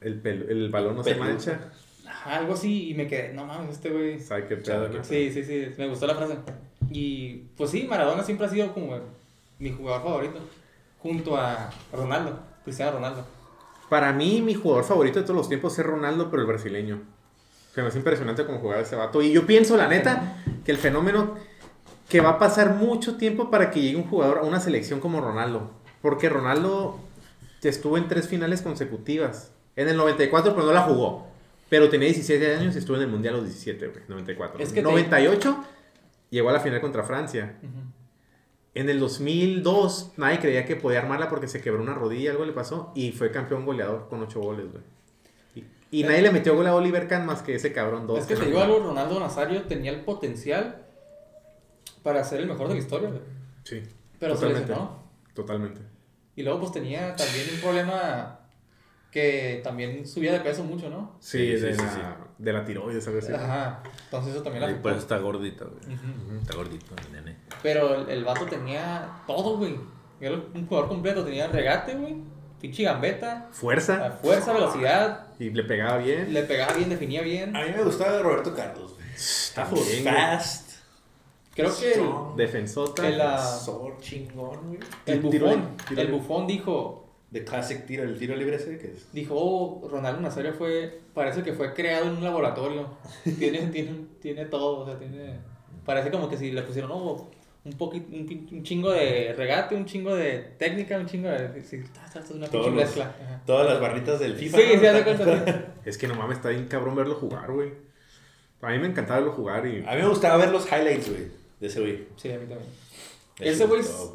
Speaker 3: El, pelo- el balón no se
Speaker 1: Peludo.
Speaker 3: mancha.
Speaker 2: Ajá, Algo así, y me quedé, no mames, este güey.
Speaker 3: ¿Sabe qué pedo?
Speaker 1: Sabe qué
Speaker 2: Sí, sí, sí, me gustó la frase. Y pues sí, Maradona siempre ha sido como mi jugador favorito, junto a Ronaldo, Cristiano Ronaldo.
Speaker 3: Para mí, mi jugador favorito de todos los tiempos es Ronaldo, pero el brasileño. Se me hace impresionante como jugar ese vato. Y yo pienso, la neta, que el fenómeno que va a pasar mucho tiempo para que llegue un jugador a una selección como Ronaldo. Porque Ronaldo estuvo en tres finales consecutivas. En el 94, pero pues, no la jugó. Pero tenía 17 años y estuvo en el Mundial a los 17, güey. 94.
Speaker 2: Es que te-
Speaker 3: 98, llegó a la final contra Francia. En el 2002 nadie creía que podía armarla porque se quebró una rodilla, algo le pasó y fue campeón goleador con 8 goles, güey. Y, y nadie le metió gol a Oliver Kahn más que ese cabrón dos.
Speaker 2: Es que te digo algo, Ronaldo Nazario tenía el potencial para ser el mejor de la historia, güey.
Speaker 3: Sí,
Speaker 2: pero se
Speaker 3: Totalmente.
Speaker 2: lesionó.
Speaker 3: totalmente.
Speaker 2: Y luego pues tenía también un problema que también subía de peso mucho, ¿no?
Speaker 3: Sí,
Speaker 4: Sí,
Speaker 3: de,
Speaker 4: sí, sí,
Speaker 3: la, de la tiroides, algo así.
Speaker 2: Ajá, entonces eso también la
Speaker 4: Ay, Por eso está gordito, güey.
Speaker 2: Ujú.
Speaker 4: Está gordito, el nene.
Speaker 2: Pero el, el vato tenía todo, güey. Era un jugador completo. Tenía regate, güey. Pinche gambeta. la
Speaker 3: Fuerza
Speaker 2: Fuerza, velocidad.
Speaker 3: y le pegaba bien.
Speaker 2: Ah. Le pegaba bien, definía bien.
Speaker 1: A mí me gustaba Roberto Carlos, güey.
Speaker 3: También, güey.
Speaker 1: fast.
Speaker 2: Creo que el,
Speaker 1: strong,
Speaker 3: Defensota.
Speaker 2: El, ah,
Speaker 1: defensor chingón, güey.
Speaker 2: el
Speaker 3: Tiro- tiro
Speaker 2: bufón.
Speaker 3: libre.
Speaker 2: El bufón dijo.
Speaker 1: The classic tiro, el tiro libre ese que es.
Speaker 2: Dijo, oh, Ronaldo Nazario fue. Parece que fue creado en un [LAUGHS] laboratorio. Tiene, tiene, tiene todo, o sea, tiene. Parece como que si le pusieron, oh, un, poquito, un, pin- un chingo de regate, un chingo de técnica, un chingo de... Sí, ta, ta, ta, una
Speaker 1: Todos
Speaker 2: pinche
Speaker 1: los-
Speaker 2: mezcla. Ajá.
Speaker 1: Todas las barritas del
Speaker 2: Sí,
Speaker 1: FIFA.
Speaker 2: sí,
Speaker 1: ¿no?
Speaker 2: haz de cuenta. sí.
Speaker 1: [LAUGHS]
Speaker 3: Es que no mames, está bien cabrón verlo jugar, güey. A mí me encantaba verlo jugar y.
Speaker 4: Ah.
Speaker 1: A mí me gustaba ver los highlights, güey, de ese güey.
Speaker 2: Sí, a mí también.
Speaker 1: De
Speaker 2: Ese güey
Speaker 1: no,
Speaker 2: es-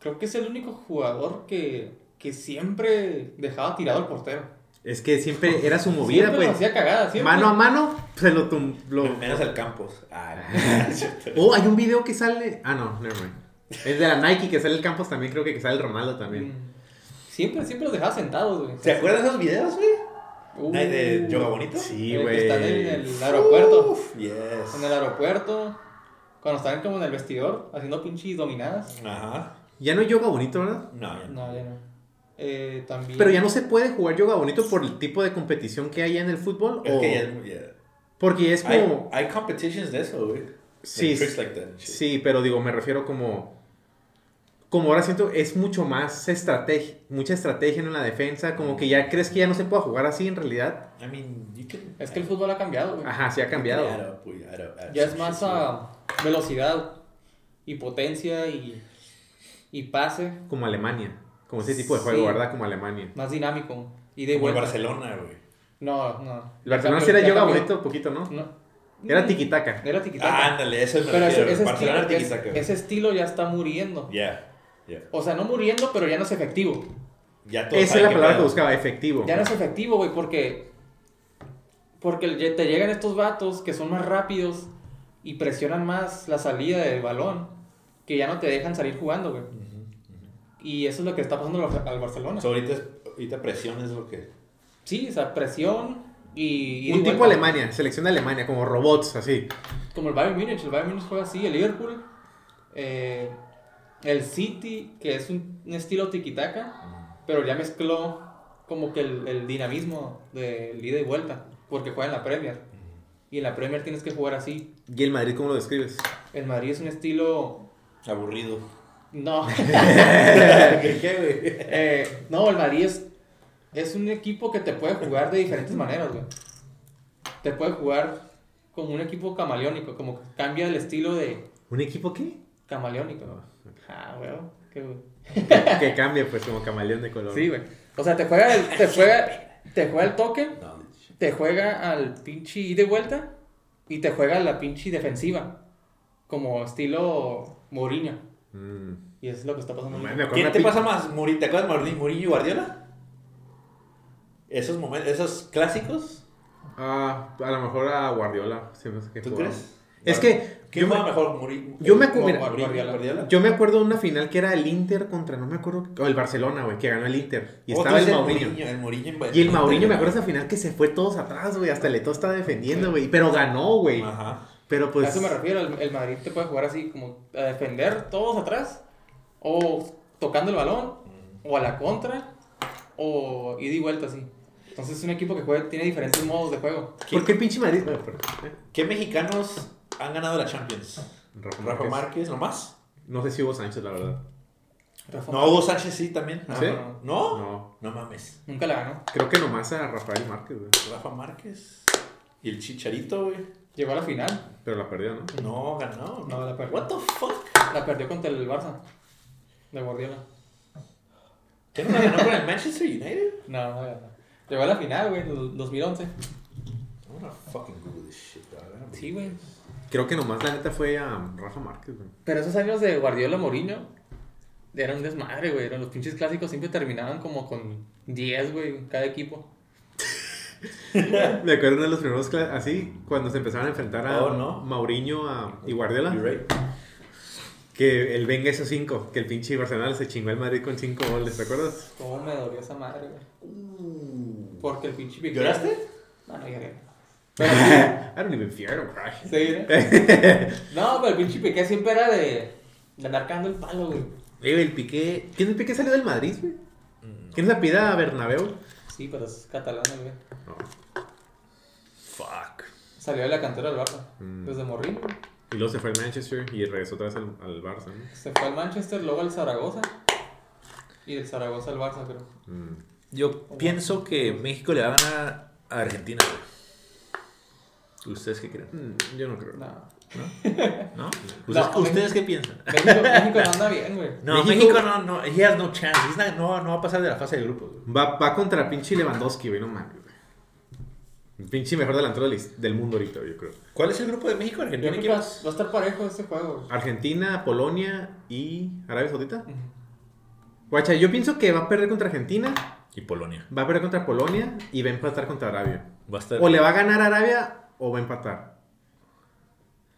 Speaker 2: Creo que es el único jugador que, que siempre dejaba tirado al portero.
Speaker 3: Es que siempre era su movida,
Speaker 2: Siempre lo
Speaker 3: pues.
Speaker 2: hacía cagada, siempre.
Speaker 3: Mano a mano, se lo tum-
Speaker 2: [LAUGHS]
Speaker 3: lo-
Speaker 1: Menos al Campos. Ah, no, cierto.
Speaker 3: Oh, hay un video que sale. Ah, no, nevermind. Es de la Nike que sale el Campos también, creo que que sale el Ronaldo también.
Speaker 2: Mm. Siempre, siempre los dejaba sentados, güey.
Speaker 1: ¿Se acuerdan de esos videos, güey?
Speaker 2: Uh,
Speaker 1: Night de Yoga Bonito.
Speaker 3: Sí,
Speaker 2: Mm. el que
Speaker 3: güey.
Speaker 2: Están en el aeropuerto.
Speaker 1: Uf, yes.
Speaker 2: En el aeropuerto. Cuando estaban como en el vestidor, haciendo pinches dominadas.
Speaker 1: Ajá.
Speaker 3: Ya no hay yoga bonito, ¿verdad?
Speaker 1: No, ya no.
Speaker 2: No, ya no. Eh, también.
Speaker 3: Pero ya no se puede jugar yoga bonito por el tipo de competición que hay en el fútbol.
Speaker 1: Es
Speaker 3: o-
Speaker 1: que ya es muy- ya-
Speaker 3: Porque es
Speaker 1: Hay,
Speaker 3: como.
Speaker 1: hay competitions de eso, güey.
Speaker 3: sí,
Speaker 1: Like tricks like that and shit.
Speaker 3: sí, pero digo, me refiero como. Como ahora siento, es mucho más estrategia, mucha estrategia en la defensa. Como que ya crees que ya no se puede jugar así en realidad.
Speaker 1: I mean, you can.
Speaker 2: Es que el fútbol ha cambiado, güey.
Speaker 3: Ajá, sí ha cambiado.
Speaker 1: Add up, güey, add up, add
Speaker 2: Ya
Speaker 1: some
Speaker 2: es más
Speaker 1: shit, güey.
Speaker 2: a velocidad y potencia y, y pase.
Speaker 3: Como Alemania. Como ese tipo de juego,
Speaker 2: Sí.
Speaker 3: ¿verdad? Como Alemania.
Speaker 2: Más dinámico. Y de
Speaker 1: Como el
Speaker 2: vuelta.
Speaker 1: Barcelona, güey.
Speaker 2: No, no.
Speaker 3: El Barcelona sí
Speaker 2: Ya
Speaker 3: era yoga
Speaker 2: cambió.
Speaker 3: bonito, poquito, ¿no?
Speaker 1: Mm.
Speaker 2: No.
Speaker 3: Era tiquitaca.
Speaker 2: Era tiquitaca.
Speaker 1: Ah, ándale, eso es
Speaker 2: pero ese, ese
Speaker 1: Barcelona
Speaker 2: estilo,
Speaker 1: tiki
Speaker 2: ese- ese estilo ya está muriendo.
Speaker 1: Ya, ya.
Speaker 2: O sea, no muriendo, pero ya no es efectivo.
Speaker 1: Ya todos
Speaker 3: Esa es
Speaker 1: saben
Speaker 3: la
Speaker 1: qué
Speaker 3: palabra que
Speaker 1: pedo.
Speaker 3: buscaba, efectivo.
Speaker 2: Ya no es efectivo, güey, porque. Porque el- te llegan estos vatos que son más rápidos y presionan más la salida del balón, que ya no te dejan salir jugando, güey. Y eso es lo que está pasando al al Barcelona.
Speaker 1: So, ahorita, es- ahorita presión es lo que.
Speaker 2: Sí, o sea, presión y. y
Speaker 3: Un
Speaker 2: de
Speaker 3: tipo
Speaker 2: vuelta.
Speaker 3: Alemania, selección de Alemania, como robots, así.
Speaker 2: Como el Bayern Múnich, el Bayern Múnich juega así, el Liverpool, eh, el City, que es un, un estilo tiquitaca,
Speaker 1: mm,
Speaker 2: pero ya mezcló como que el, el dinamismo del ida y vuelta, porque juega en la Premier. Y en la Premier tienes que jugar así.
Speaker 3: ¿Y el Madrid cómo lo describes?
Speaker 2: El Madrid es un estilo.
Speaker 3: [LAUGHS]
Speaker 1: Aburrido.
Speaker 2: No, [LAUGHS]
Speaker 1: ¿Qué, qué,
Speaker 2: eh, no, el Madrid es, es un equipo que te puede jugar de diferentes maneras, güey. Te puede jugar como un equipo camaleónico, como que cambia el estilo de
Speaker 3: ¿Un
Speaker 1: [LAUGHS]
Speaker 3: equipo qué?
Speaker 2: camaleónico. Ah, weón, qué güey.
Speaker 3: que cambia, pues, como camaleón de color.
Speaker 2: Sí, güey. O sea, te juega el, te juega, te juega el toque,
Speaker 1: güey? No.
Speaker 2: te juega al pinche ida y vuelta y te juega la pinche defensiva. Como estilo Mourinho.
Speaker 3: Mm.
Speaker 2: Y eso es lo que está pasando.
Speaker 3: No
Speaker 2: ahorita.
Speaker 3: mames, me acuerdo
Speaker 1: ¿Quién
Speaker 3: una
Speaker 1: te
Speaker 3: pin-
Speaker 1: pasa más? Muri, ¿Te acuerdas de Mardi- Murillo y Guardiola? Esos momentos, esos clásicos.
Speaker 3: Ah, a lo mejor a Guardiola. se me hace que
Speaker 1: ¿Tú
Speaker 3: jugaba.
Speaker 1: crees?
Speaker 3: Es que
Speaker 1: ¿Quién
Speaker 3: yo
Speaker 1: juega
Speaker 3: me,
Speaker 1: mejor? Muri,
Speaker 3: yo me acu-
Speaker 1: Murillo,
Speaker 3: mira,
Speaker 1: Guardiola. Guardiola.
Speaker 3: yo me acuerdo de una final que era el Inter contra, no me acuerdo, o el Barcelona, güey, que ganó el Inter. Y
Speaker 1: Oh, tú
Speaker 3: estaba el
Speaker 1: dices
Speaker 3: Mourinho.
Speaker 1: El Mourinho en
Speaker 3: Y el
Speaker 1: Barcelona.
Speaker 3: Mourinho, me acuerdo esa final que se fue todos atrás, güey, hasta Leto estaba defendiendo, güey, pero ganó, güey.
Speaker 1: Ajá.
Speaker 3: Pero pues...
Speaker 2: a eso me refiero. El, el Madrid te puede jugar así, como a defender todos atrás, o tocando el balón, o a la contra, o ida y vuelta así. Entonces es un equipo que juega, tiene diferentes modos de juego.
Speaker 3: ¿Por qué el pinche Madrid? No, pero- eh,
Speaker 1: ¿Qué mexicanos han ganado la Champions?
Speaker 3: Rafa
Speaker 1: Rafa
Speaker 3: Márquez.
Speaker 1: Márquez, nomás.
Speaker 3: No sé si hubo Sánchez, la verdad.
Speaker 2: Rafa
Speaker 1: No, Hugo Sánchez sí también. Ah,
Speaker 2: No,
Speaker 3: ¿Sí?
Speaker 2: no, no.
Speaker 1: ¿No?
Speaker 3: No.
Speaker 1: No mames.
Speaker 2: Nunca la ganó.
Speaker 3: Creo que nomás a Rafael Márquez, güey.
Speaker 1: Rafa Márquez. Y el Chicharito, güey.
Speaker 2: Llegó a la final.
Speaker 3: Pero la perdió, ¿no?
Speaker 1: No, ganó.
Speaker 2: No, la perdió.
Speaker 1: What the fuck?
Speaker 2: La perdió contra el Barça. De Guardiola.
Speaker 1: ¿Qué no la ganó con el Manchester United?
Speaker 2: No, no la ganó. Llegó a la final, güey, en el 2011.
Speaker 1: I'm gonna fucking Google this shit, dog. I don't
Speaker 2: Sí,
Speaker 1: believe
Speaker 2: güey.
Speaker 1: this.
Speaker 3: Creo que nomás la neta fue a Rafa Márquez, güey.
Speaker 2: Pero esos años de Guardiola Mourinho eran un desmadre, güey. Eran los pinches clásicos siempre terminaban como con 10, güey, cada equipo.
Speaker 3: Me acuerdo de los primeros cla- así, cuando se empezaron a enfrentar a
Speaker 1: Oh, no.
Speaker 3: Mourinho a... y Guardiola.
Speaker 1: You're right.
Speaker 3: Que el venga esos cinco, que el pinche Barcelona se chingó al Madrid con cinco goles, ¿te
Speaker 2: [LAUGHS]
Speaker 3: acuerdas?
Speaker 2: ¿Cómo me dolió esa madre, güey? Porque el pinche Piqué-
Speaker 1: ¿Lloraste?
Speaker 2: No, no lloré.
Speaker 3: I don't even fear to cry.
Speaker 2: Sí, ¿eh? [LAUGHS] No, pero el pinche Piqué siempre era de, de andar cagando el palo, güey.
Speaker 3: Güey, el Piqué... ¿Quién el Piqué salió del Madrid, güey? ¿Quién la pida a Bernabéu?
Speaker 2: Sí, pero es catalán, güey.
Speaker 3: No.
Speaker 1: Fuck.
Speaker 2: Salió de la cantera del Barça.
Speaker 3: Mm.
Speaker 2: Desde Morrillo. güey.
Speaker 3: Y luego se fue al Manchester y regresó otra vez al, al Barça, ¿no?
Speaker 2: Se fue al Manchester, luego al Zaragoza. Y del Zaragoza al Barça, creo.
Speaker 3: Mm.
Speaker 1: Yo pienso que México le va a ganar a Argentina, güey. ¿Ustedes qué creen?
Speaker 3: Mm, Yo no creo.
Speaker 2: No.
Speaker 1: ¿No? ¿Ustedes,
Speaker 2: No,
Speaker 1: ¿ustedes qué piensan?
Speaker 2: México, México no anda bien, güey.
Speaker 1: No, México,
Speaker 3: México-
Speaker 1: no, no, he has no chance. He's not- no, no va a pasar de la fase de grupos. güey.
Speaker 3: Va, va contra pinche Lewandowski, güey, no mames, güey. El Pinche mejor delantero del, is- del mundo ahorita, yo creo.
Speaker 1: ¿Cuál es el grupo de México?
Speaker 2: Yo
Speaker 1: Argentina
Speaker 2: creo
Speaker 1: y
Speaker 2: que
Speaker 1: quién
Speaker 2: va,
Speaker 1: más?
Speaker 2: va a estar parejo este juego.
Speaker 3: Argentina, Polonia y Arabia Saudita. Guacha, yo pienso que va a perder contra Argentina,
Speaker 1: Y Polonia.
Speaker 3: va a perder contra Polonia y va a empatar contra Arabia.
Speaker 1: Va a estar.
Speaker 3: O le va a ganar a Arabia o va a empatar.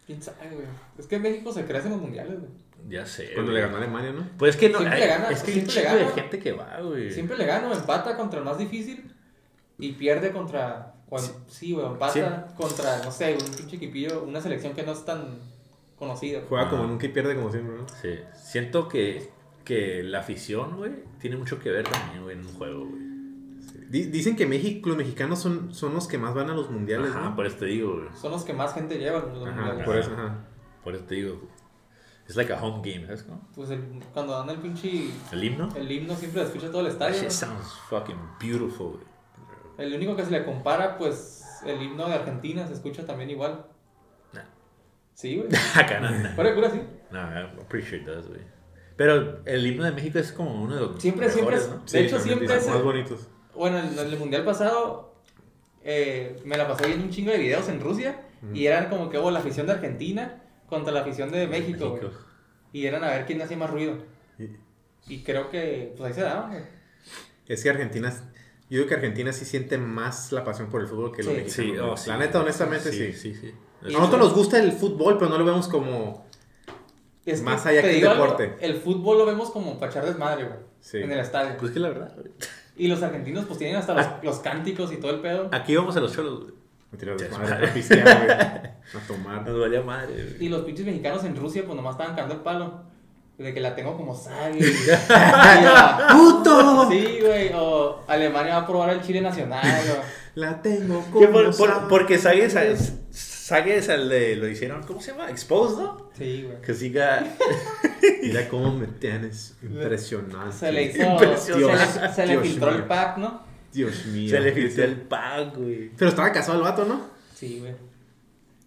Speaker 2: ¿Quién sabe, güey? Es que México se crece en los mundiales, güey.
Speaker 1: Ya sé.
Speaker 3: Cuando
Speaker 1: güey.
Speaker 3: le ganó a Alemania, ¿no?
Speaker 1: Pues es que no.
Speaker 2: Siempre
Speaker 1: ay,
Speaker 2: le gana,
Speaker 1: es que hay un
Speaker 2: siempre le
Speaker 1: chico de
Speaker 2: gana.
Speaker 1: gente que va, güey.
Speaker 2: Siempre le gano, empata contra el más difícil y pierde contra. cuan- sí, güey, empata
Speaker 1: Sí.
Speaker 2: contra, no sé, un pinche equipillo, una selección que no es tan conocida.
Speaker 3: Juega
Speaker 1: Ah.
Speaker 3: como nunca y pierde como siempre, ¿no?
Speaker 1: Sí. Siento que, que la afición, güey, tiene mucho que ver también, güey, en un juego, güey.
Speaker 3: Di- Dicen que México, los mexicanos son, son los que más van a los mundiales,
Speaker 1: Ajá,
Speaker 3: ¿no?
Speaker 1: por eso te digo, güey.
Speaker 2: Son los que más gente lleva. los
Speaker 3: Ajá,
Speaker 2: mundiales.
Speaker 3: por eso, ajá.
Speaker 1: Por eso te digo. Es like a home game, ¿sabes cómo?
Speaker 2: Pues el- cuando dan el pinche.
Speaker 1: El himno.
Speaker 2: El himno siempre lo escucha todo el
Speaker 1: That
Speaker 2: estadio.
Speaker 1: shit
Speaker 2: ¿no?
Speaker 1: sounds fucking beautiful, güey. [LAUGHS]
Speaker 2: El único que se le compara, pues, el himno de Argentina se escucha también igual.
Speaker 1: Nah.
Speaker 2: Sí, güey.
Speaker 1: Acá, no, no.
Speaker 2: Fuera de cura, sí.
Speaker 1: No, I appreciate that, güey. Pero el himno de México es como uno de los
Speaker 2: Siempre, siempre
Speaker 1: mejores,
Speaker 2: es-
Speaker 1: ¿no?
Speaker 2: De hecho,
Speaker 3: también
Speaker 2: siempre
Speaker 3: dicen,
Speaker 2: es-
Speaker 3: Más bonitos.
Speaker 2: Bueno, en el mundial pasado eh, me la pasé viendo un chingo de videos en Rusia y eran como que hubo la afición de Argentina contra la afición de México. güey. Y eran a ver quién hacía más ruido.
Speaker 3: Y-
Speaker 2: Y creo que, pues ahí se daban, güey.
Speaker 3: Es que Argentina, es- yo digo que Argentina sí siente más la pasión por el fútbol que los
Speaker 2: Sí.
Speaker 3: mexicanos.
Speaker 1: Sí,
Speaker 3: ¿no?
Speaker 1: oh, sí.
Speaker 3: La neta, honestamente, sí.
Speaker 1: Sí, sí.
Speaker 2: Y-
Speaker 3: A nosotros nos gusta el fútbol, pero no lo vemos como...
Speaker 2: Es
Speaker 3: Más allá
Speaker 2: te
Speaker 3: que el
Speaker 2: digo algo,
Speaker 3: deporte.
Speaker 2: el fútbol lo vemos como para echar desmadre, güey.
Speaker 3: Sí.
Speaker 2: En el estadio.
Speaker 1: Pues que la verdad, güey.
Speaker 2: Y los argentinos, pues tienen hasta
Speaker 3: Ah.
Speaker 2: los, los cánticos y todo el pedo.
Speaker 1: Aquí vamos a los cholos, güey.
Speaker 3: Me tiro a
Speaker 1: Ya,
Speaker 3: desmadre,
Speaker 1: madre.
Speaker 3: a pistear, güey, a tomar.
Speaker 1: Nos valía madre, güey.
Speaker 2: Y los pinches mexicanos en Rusia, pues nomás estaban cagando el palo. De que la tengo como
Speaker 3: [LAUGHS]
Speaker 2: sangre. Y la-
Speaker 3: ¡Puto!
Speaker 2: Sí, güey. O Alemania va a probar el chile nacional. o-
Speaker 3: La tengo
Speaker 1: Que por-
Speaker 3: como...
Speaker 1: por-
Speaker 3: sal.
Speaker 1: porque Sagues Sagues al de- lo hicieron, ¿cómo se llama? Exposed, ¿no?
Speaker 2: Sí, güey.
Speaker 1: Que siga.
Speaker 3: Mira cómo
Speaker 1: [LAUGHS]
Speaker 3: me tienes impresionante.
Speaker 2: Se le hizo. Se
Speaker 1: Impresionante.
Speaker 2: le, se le
Speaker 3: Dios
Speaker 2: filtró el
Speaker 3: mío.
Speaker 2: pack, ¿no?
Speaker 3: Dios mío.
Speaker 1: se le filtró el pack, güey.
Speaker 3: Pero estaba casado el vato, ¿no?
Speaker 2: Sí, güey.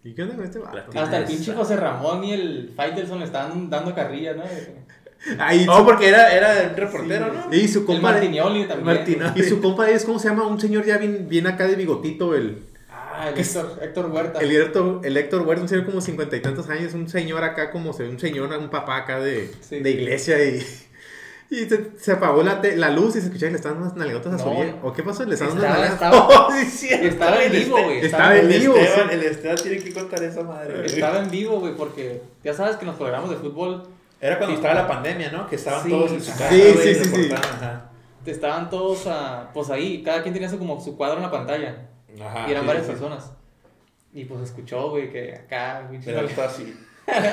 Speaker 3: ¿Y qué onda con este vato?
Speaker 1: Platino.
Speaker 2: Hasta el
Speaker 1: Esa.
Speaker 2: pinche José Ramón y el Faitelson le estaban dando carrilla, ¿no? El
Speaker 3: Ahí,
Speaker 1: No, Oh, porque era, era el reportero, [LAUGHS] ¿no?
Speaker 3: Y su compa.
Speaker 2: Martinioli también.
Speaker 1: Martino.
Speaker 3: Y su compa es, ¿cómo se llama? Un señor ya bien, bien acá de bigotito, el,
Speaker 2: Ah, el Héctor, Héctor Huerta.
Speaker 3: el, Héctor, el Héctor Huerta, un señor como cincuenta y tantos años, un señor acá como se ve, un señor, un papá acá de,
Speaker 2: Sí.
Speaker 3: de iglesia y, y se, se apagó la, te- la luz y se escuchaba que le estaban unas nalgotas a su
Speaker 2: No.
Speaker 3: vieja. ¿O qué pasó? Le estaban dando
Speaker 2: Estaba,
Speaker 3: nalgadas. [LAUGHS]
Speaker 2: estaba,
Speaker 1: Oh, sí, cierto,
Speaker 2: estaba en
Speaker 1: el
Speaker 2: vivo,
Speaker 1: Este-
Speaker 2: güey.
Speaker 3: estaba en
Speaker 1: El
Speaker 3: vivo,
Speaker 1: Esteban,
Speaker 3: sí.
Speaker 1: el Esteban tiene que contar esa madre, güey.
Speaker 2: Estaba en vivo, güey, porque ya sabes que en los programas de fútbol
Speaker 1: Era cuando estaba la pandemia, ¿no? Que estaban
Speaker 2: Sí.
Speaker 1: todos en su casa.
Speaker 3: Sí,
Speaker 1: güey,
Speaker 3: sí, sí, sí.
Speaker 1: reportaban, Ajá.
Speaker 2: estaban todos ah, pues ahí, cada quien tenía su, como su cuadro en la pantalla.
Speaker 1: Ajá,
Speaker 2: y
Speaker 1: Ah,
Speaker 2: eran
Speaker 1: sí, [LAUGHS]
Speaker 2: varias
Speaker 1: sí.
Speaker 2: personas. Y pues escuchó, güey, que acá, güey,
Speaker 1: Pero
Speaker 2: chingada.
Speaker 1: está así.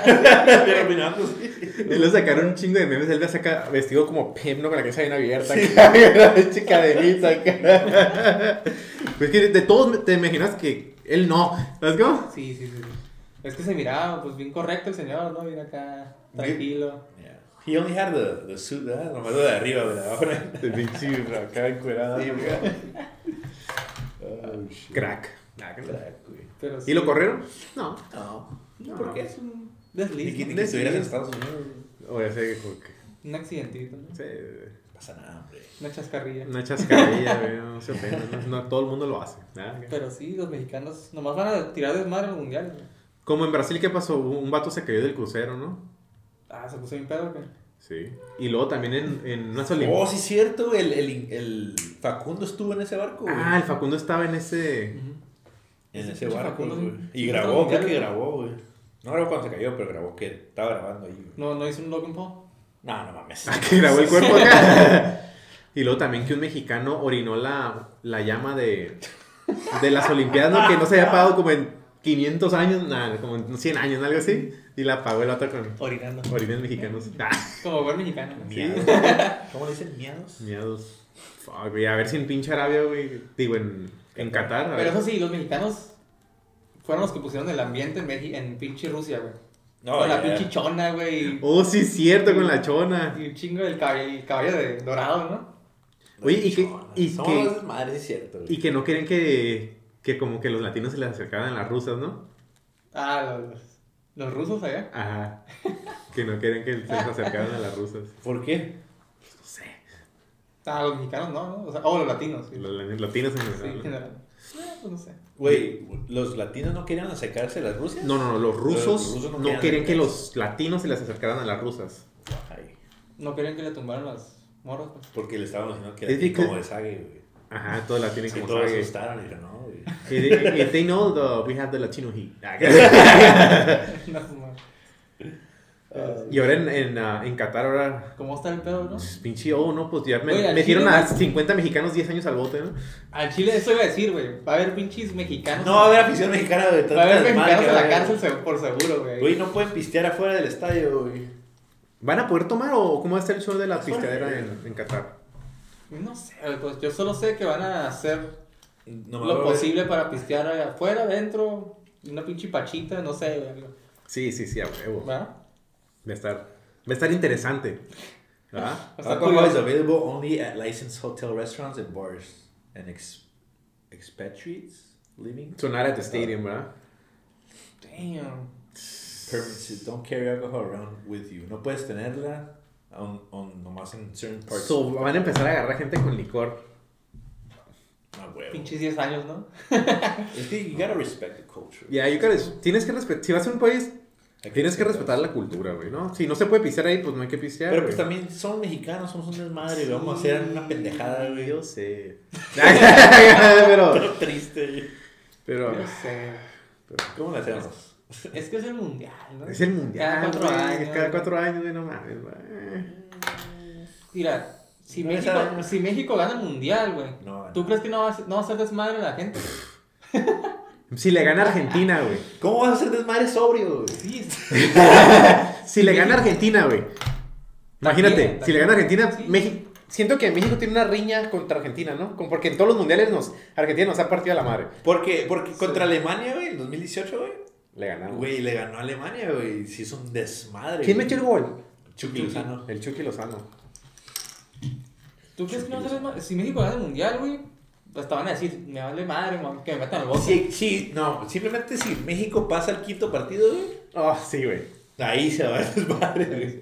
Speaker 1: Pero mirando así.
Speaker 3: [LAUGHS] Y lo sacaron un chingo de memes. Él ve saca vestido como pimno con la cabeza bien abierta. [LAUGHS] acá, una pinche cadenita [LAUGHS] acá. Pues que de todos te imaginas que él no. ¿Sabes cómo?
Speaker 2: Sí, sí, sí. sí. Es que se miraba, pues bien correcto el señor, ¿no? Bien acá, tranquilo.
Speaker 1: Yeah. He only had the, the suit, ¿verdad? Nomás lo de arriba, ¿verdad?
Speaker 3: El pinche acá encuerada.
Speaker 1: Sí, güey. Oh, shit.
Speaker 3: Crack.
Speaker 1: Crack, güey.
Speaker 2: Pero sí.
Speaker 3: ¿Y lo corrieron? No.
Speaker 1: No.
Speaker 3: No.
Speaker 1: ¿Por qué?
Speaker 2: Es un
Speaker 1: Ni
Speaker 2: desliz.
Speaker 1: que, ni
Speaker 2: ¿no?
Speaker 1: que estuvieras en Estados Unidos. güey.
Speaker 3: O ya sé, como que.
Speaker 2: Un accidentito, ¿no?
Speaker 3: se-
Speaker 1: No pasa nada, hombre.
Speaker 2: Una chascarrilla.
Speaker 3: Una chascarilla, güey, no se ofenda, no, no todo el mundo lo hace. ¿verdad?
Speaker 2: Pero sí, los mexicanos nomás van a tirar desmadre al mundial. güey.
Speaker 3: Como en Brasil, ¿qué pasó? Un vato se cayó del crucero, ¿no?
Speaker 2: Ah, se puso bien pedo, güey.
Speaker 3: Sí. Y luego también en, en unas Olimpiadas.
Speaker 1: Oh, sí, es cierto. El, el, el Facundo estuvo en ese barco, güey.
Speaker 3: ah, el Facundo estaba en ese.
Speaker 2: Ujú.
Speaker 1: En ese
Speaker 2: Ese
Speaker 1: barco,
Speaker 2: Facundo
Speaker 1: güey.
Speaker 2: es-
Speaker 1: Y
Speaker 2: es
Speaker 1: grabó, creo que
Speaker 2: mundial.
Speaker 1: grabó, güey. No grabó cuando se cayó, pero grabó que estaba grabando ahí, güey.
Speaker 2: No, no hizo un Logan Paul.
Speaker 1: No, no mames.
Speaker 3: [LAUGHS] Ah, que grabó el
Speaker 2: [LAUGHS]
Speaker 3: cuerpo acá. Y luego también que un mexicano orinó la, la llama de, de las Olimpiadas, ¿no? Que no se había apagado como en 500 años, nada, como en 100 años, algo así. Y la apagó el otro con
Speaker 2: Orinando. [LAUGHS]
Speaker 3: orines mexicanos. Ah,
Speaker 2: Como buen mexicano. güey.
Speaker 1: [LAUGHS] Miados. ¿Cómo le dicen miados?
Speaker 3: miedos. Fuck, güey, a ver si en pinche Arabia, güey. Digo, en, en Qatar.
Speaker 2: Pero
Speaker 3: A ver.
Speaker 2: eso sí, los mexicanos fueron los que pusieron el ambiente en, Meji- en pinche Rusia, güey.
Speaker 1: No,
Speaker 2: Con la
Speaker 1: ya,
Speaker 2: pinche
Speaker 1: ya.
Speaker 2: chona, güey.
Speaker 3: Oh, sí, es cierto, con la chona.
Speaker 2: Y un chingo del caballo, el caballo de dorado, ¿no?
Speaker 3: Oye, y que- y
Speaker 1: Somos
Speaker 3: que-
Speaker 1: esas madres, es cierto, güey.
Speaker 3: Y que no quieren que, que como que los latinos se les acercaran a las rusas, ¿no?
Speaker 2: Ah, los, los ¿Los rusos allá?
Speaker 3: Ajá. Que no quieren que se les acercaran a las rusas.
Speaker 1: ¿Por qué?
Speaker 3: No sé.
Speaker 2: Ah, los mexicanos no, ¿no? O sea, oh, los latinos. Sí,
Speaker 3: Los la- latinos en
Speaker 2: Sí, en
Speaker 3: general. ¿no?
Speaker 2: general. Eh, pues no sé.
Speaker 1: Güey, ¿los latinos no querían acercarse a las Rusias?
Speaker 3: No, no, no, los rusos,
Speaker 1: Los rusos no
Speaker 3: no
Speaker 1: querían
Speaker 3: quieren que
Speaker 1: meterse.
Speaker 3: los latinos se les acercaran a las rusas.
Speaker 1: Ay,
Speaker 2: No querían que le tumbaran las morras. pues. [LAUGHS]
Speaker 1: porque le estaban diciendo que
Speaker 3: Es
Speaker 1: era
Speaker 3: que-
Speaker 1: como desague, güey.
Speaker 3: Ajá, todas las tienen
Speaker 1: Que
Speaker 3: como
Speaker 1: todos
Speaker 3: sague.
Speaker 1: asustaron y dijeron, no, güey.
Speaker 3: If if they know the, we have the Latino heat. Ah,
Speaker 2: No, pues, no.
Speaker 3: y ahora en, en, ah, en Qatar, ahora,
Speaker 2: ¿Cómo está el pedo, no?
Speaker 3: pues, pinche, oh, no, pues ya me,
Speaker 2: Oye, al
Speaker 3: metieron
Speaker 2: Chile-
Speaker 3: a 50 mexicanos 10 años al bote, ¿no?
Speaker 2: Al Chile eso iba a decir, güey. Va a haber pinches mexicanos.
Speaker 1: No va a haber afición mexicana de
Speaker 2: Va a haber
Speaker 1: tantas
Speaker 2: mexicanos
Speaker 1: marcas,
Speaker 2: en la
Speaker 1: güey.
Speaker 2: cárcel se- por seguro, güey.
Speaker 1: Güey, no pueden pistear afuera del estadio, güey.
Speaker 3: ¿Van a poder tomar o cómo va a estar el show de la
Speaker 1: Pues,
Speaker 3: pisteadera
Speaker 1: güey.
Speaker 3: en, en Qatar?
Speaker 2: No sé, güey, pues yo solo sé que van a hacer
Speaker 1: No,
Speaker 2: lo posible para pistear afuera, adentro, una pinche pachita, no sé, güey, algo.
Speaker 3: Sí, sí, sí, a huevo. Va
Speaker 2: ¿verdad?
Speaker 3: a estar, va a estar interesante. ¿Verdad?
Speaker 2: O sea,
Speaker 1: Alcohol is
Speaker 2: curioso.
Speaker 1: available only at licensed hotel restaurants and bars. And ex expatriates living
Speaker 3: Sonar at the stadium, ¿verdad?
Speaker 2: Damn.
Speaker 1: permits don't carry alcohol around with you. No puedes tenerla on, on, nomás en certain parts.
Speaker 3: So, van a empezar a agarrar gente con licor.
Speaker 1: Ah, huevo.
Speaker 2: Pinches 10 años, ¿no?
Speaker 1: Es que you gotta respect the culture.
Speaker 3: Ya, you gotta- tienes que respetar, si vas a un país,
Speaker 1: Hay
Speaker 3: tienes que respetar la cultura, güey, ¿no? Si no se puede pistear ahí, pues no hay que pistear,
Speaker 1: Pero pues
Speaker 3: güey.
Speaker 1: también son mexicanos, somos un desmadre, güey. vamos a hacer una pendejada, güey.
Speaker 3: Yo sé. [LAUGHS] pero,
Speaker 1: Pero triste, güey.
Speaker 3: pero
Speaker 2: No sé.
Speaker 1: ¿Cómo la hacemos?
Speaker 2: Es que es el mundial, ¿no?
Speaker 3: es el mundial.
Speaker 2: Cada cuatro
Speaker 3: güey,
Speaker 2: años.
Speaker 3: Cada cuatro años, güey, no mames, güey.
Speaker 2: Mira, si,
Speaker 1: No,
Speaker 2: México,
Speaker 1: esa-
Speaker 2: si México gana el mundial, güey,
Speaker 1: No,
Speaker 2: ¿tú
Speaker 1: no.
Speaker 2: crees que no va, a ser, no va a ser desmadre la gente?
Speaker 3: Si le gana Argentina, güey.
Speaker 1: ¿Cómo vas a hacer desmadre sobrio, güey?
Speaker 2: Sí, es-
Speaker 3: Si le gana Argentina, güey. Imagínate,
Speaker 2: También,
Speaker 3: si le gana Argentina,
Speaker 2: Sí.
Speaker 3: México. Siento que México tiene una riña contra Argentina, ¿no? Como porque en todos los mundiales nos, Argentina nos ha partido a la madre.
Speaker 1: Porque, porque contra
Speaker 2: Sí.
Speaker 1: Alemania, güey, en 2018, güey.
Speaker 3: Le ganamos.
Speaker 1: Güey, le ganó a Alemania, güey. Sí, es un desmadre.
Speaker 3: ¿Quién
Speaker 1: güey.
Speaker 3: metió el gol?
Speaker 1: Chucky Lozano.
Speaker 3: El Chucky Lozano.
Speaker 2: ¿Tú crees que no va a ser desmadre? Si México gana el mundial, güey, hasta van a decir, me vale madre, mam, que me metan al bote.
Speaker 1: Sí, sí, no, simplemente si México pasa el quinto partido, güey,
Speaker 3: Oh, sí, güey.
Speaker 1: ahí se va el desmadre, güey.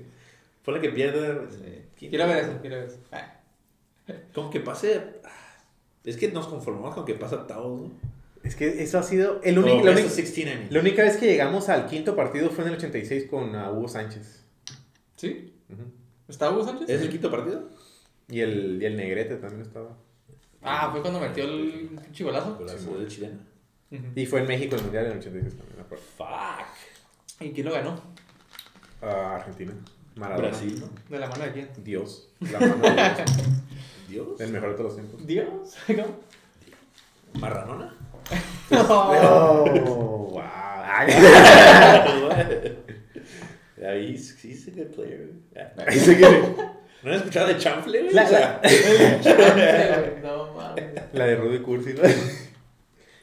Speaker 1: Fue la que pierde.
Speaker 2: Quiero ver eso, quiero ver eso. Ah,
Speaker 1: Con que pase. Es que nos conformamos con que pasa octavos, ¿no?
Speaker 3: Es que eso ha sido el
Speaker 1: O
Speaker 3: único. la
Speaker 1: best
Speaker 3: única-
Speaker 1: of 16, I mean.
Speaker 3: La única vez que llegamos al quinto partido fue en el 86 con ah, Hugo Sánchez.
Speaker 2: ¿Sí?
Speaker 3: Ujú.
Speaker 2: ¿Está Hugo Sánchez?
Speaker 1: ¿Es el quinto partido?
Speaker 3: Y el, y el Negrete también estaba.
Speaker 2: Ah, fue cuando metió el chigolazo.
Speaker 1: Golazo del chileno.
Speaker 3: Y fue en México el Mundial en el 86 también, me acuerdo.
Speaker 1: Fuck.
Speaker 2: ¿Y quién lo ganó?
Speaker 3: Ah, Argentina. Maradona.
Speaker 1: Brasil, ¿no?
Speaker 2: ¿De la mano de quién?
Speaker 3: Dios. La mano de Dios.
Speaker 1: Dios.
Speaker 3: El mejor de todos los tiempos.
Speaker 2: Dios. [LAUGHS] ¿no?
Speaker 1: Marranona.
Speaker 3: Pues,
Speaker 2: [LAUGHS] No.
Speaker 3: Oh, wow. Ay,
Speaker 1: Ahí, he's a good player, güey.
Speaker 3: ahí se quiere.
Speaker 1: ¿No han escuchado de chanfle, güey?
Speaker 3: La-
Speaker 1: O sea,
Speaker 2: No, mames.
Speaker 3: La de Rudy Cursi. ¿no?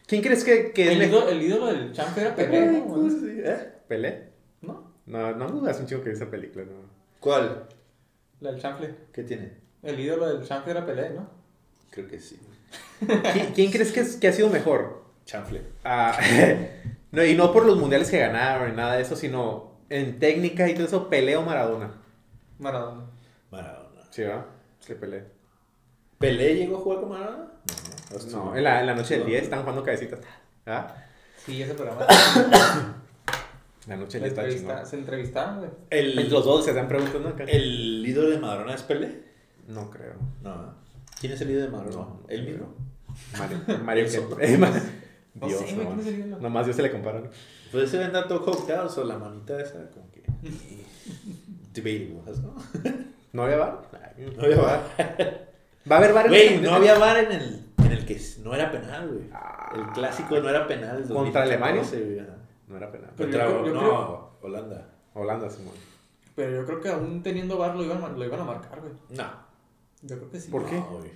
Speaker 3: ¿Quién crees que, que es
Speaker 2: El,
Speaker 3: mejor?
Speaker 2: ídolo, el ídolo del champ era Pelé,
Speaker 1: Ay,
Speaker 2: ¿no?
Speaker 1: ¿cómo se
Speaker 2: ¿eh?
Speaker 1: dice?
Speaker 3: ¿Pelé?
Speaker 2: ¿No?
Speaker 3: No, no dudas un chico que vio esa película, no.
Speaker 1: ¿Cuál?
Speaker 2: La del chanfle.
Speaker 1: ¿Qué tiene?
Speaker 2: El ídolo del chanfle era Pelé, ¿no?
Speaker 1: Creo que sí.
Speaker 3: ¿Qui- ¿Quién crees que, es- que ha sido mejor?
Speaker 1: Chanfle.
Speaker 3: Ah, [LAUGHS] no, y no por los mundiales que ganaron ni nada de eso, sino en técnica y todo eso, peleo Maradona.
Speaker 2: Maradona.
Speaker 1: Maradona.
Speaker 3: Sí, ¿verdad? Se pelea.
Speaker 1: ¿Pelé llegó a jugar con Maradona? No,
Speaker 3: No, en la, en la noche del 10 están jugando cabecitas. ¿Ah?
Speaker 2: Sí, ese
Speaker 3: [LAUGHS]
Speaker 2: programa.
Speaker 3: La noche
Speaker 2: La
Speaker 3: del 10 está
Speaker 2: entrevista,
Speaker 3: chingón.
Speaker 2: se entrevistaban, güey.
Speaker 1: El,
Speaker 3: Entre los dos se están preguntando acá.
Speaker 1: ¿El ídolo de Maradona es Pelé?
Speaker 3: No creo.
Speaker 1: No. ¿Quién es el ídolo de Maradona?
Speaker 3: No,
Speaker 1: ¿El
Speaker 3: no
Speaker 1: mismo?
Speaker 3: Mario, Mario
Speaker 1: Eso.
Speaker 3: [LAUGHS] Kemp. Eh, ma-
Speaker 2: No
Speaker 3: Dios,
Speaker 2: sé, güey,
Speaker 3: nomás.
Speaker 2: ¿quién es el ídolo?
Speaker 3: Nomás Dios se le compara.
Speaker 1: Pues ese anda todo cocteado, o la manita esa, como que. [LAUGHS] Debatable, ¿no?
Speaker 3: ¿No había bar? Ay,
Speaker 1: No había bar.
Speaker 3: ¿Va a haber bar en este
Speaker 1: Güey, no
Speaker 3: mundial?
Speaker 1: había bar en el, en el que no era penal, güey.
Speaker 3: Ah.
Speaker 1: El clásico no era penal. el
Speaker 3: ¿Contra
Speaker 1: 2014, güey, ajá.
Speaker 3: No era penal.
Speaker 2: Pero
Speaker 1: Contra.
Speaker 2: yo Pues creo- yo
Speaker 1: No, Holanda.
Speaker 3: Holanda, Simón.
Speaker 2: Pero yo creo que aún teniendo bar lo iban, a- lo iban a marcar, güey.
Speaker 1: No.
Speaker 2: Yo creo que sí.
Speaker 3: ¿Por qué?
Speaker 1: No, güey.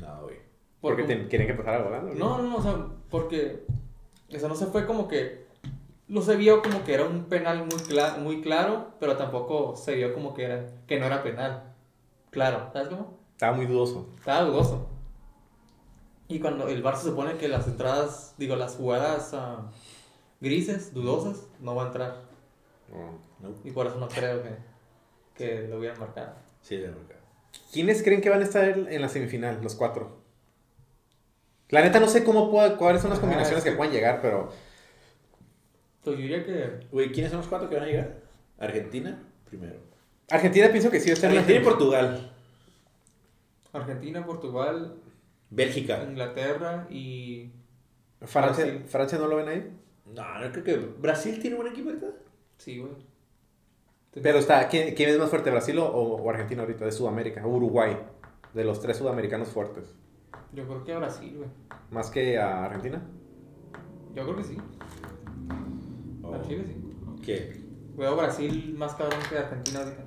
Speaker 1: No, güey.
Speaker 3: Porque
Speaker 2: Porque-
Speaker 3: te- quieren que pasara a Holanda.
Speaker 2: No, no, no, o sea, porque. O sea, no se fue como que. No se vio como que era un penal muy, cla- muy claro, pero tampoco se vio como que era que no era penal. Claro, ¿sabes cómo?
Speaker 3: Estaba muy dudoso.
Speaker 2: Estaba dudoso. Y cuando el Barça supone que las entradas, digo, las jugadas ah, grises, dudosas, no va a entrar.
Speaker 3: Oh.
Speaker 2: Y por eso no creo que, que lo hubieran marcado.
Speaker 4: Sí, la verdad.
Speaker 3: ¿Quiénes creen que van a estar en la semifinal? Los cuatro. La neta no sé cómo pueda, cuáles son las
Speaker 2: Ajá,
Speaker 3: combinaciones
Speaker 2: es que-
Speaker 3: que puedan llegar, pero
Speaker 2: Entonces yo diría que
Speaker 1: Güey, ¿quiénes son los cuatro que van a llegar? Argentina, primero.
Speaker 3: Argentina pienso que sí va a estar en la
Speaker 1: Argentina y
Speaker 3: semifinal.
Speaker 1: Portugal.
Speaker 2: Argentina, Portugal,
Speaker 1: Bélgica.
Speaker 2: Inglaterra y
Speaker 3: Francia,
Speaker 2: Brasil.
Speaker 3: Francia no lo ven ahí.
Speaker 1: No, no creo que. Brasil tiene buen equipo, ¿verdad?
Speaker 2: sí, güey.
Speaker 3: Pero está, ¿quién, quién es más fuerte, Brasil o, o Argentina ahorita? De Sudamérica, Uruguay. De los tres sudamericanos fuertes.
Speaker 2: Yo creo que Brasil, güey.
Speaker 3: Más que a Argentina.
Speaker 2: Yo creo que sí.
Speaker 1: Oh.
Speaker 2: A Chile sí.
Speaker 1: ¿Qué?
Speaker 2: Veo Brasil más cabrón que Argentina ahorita.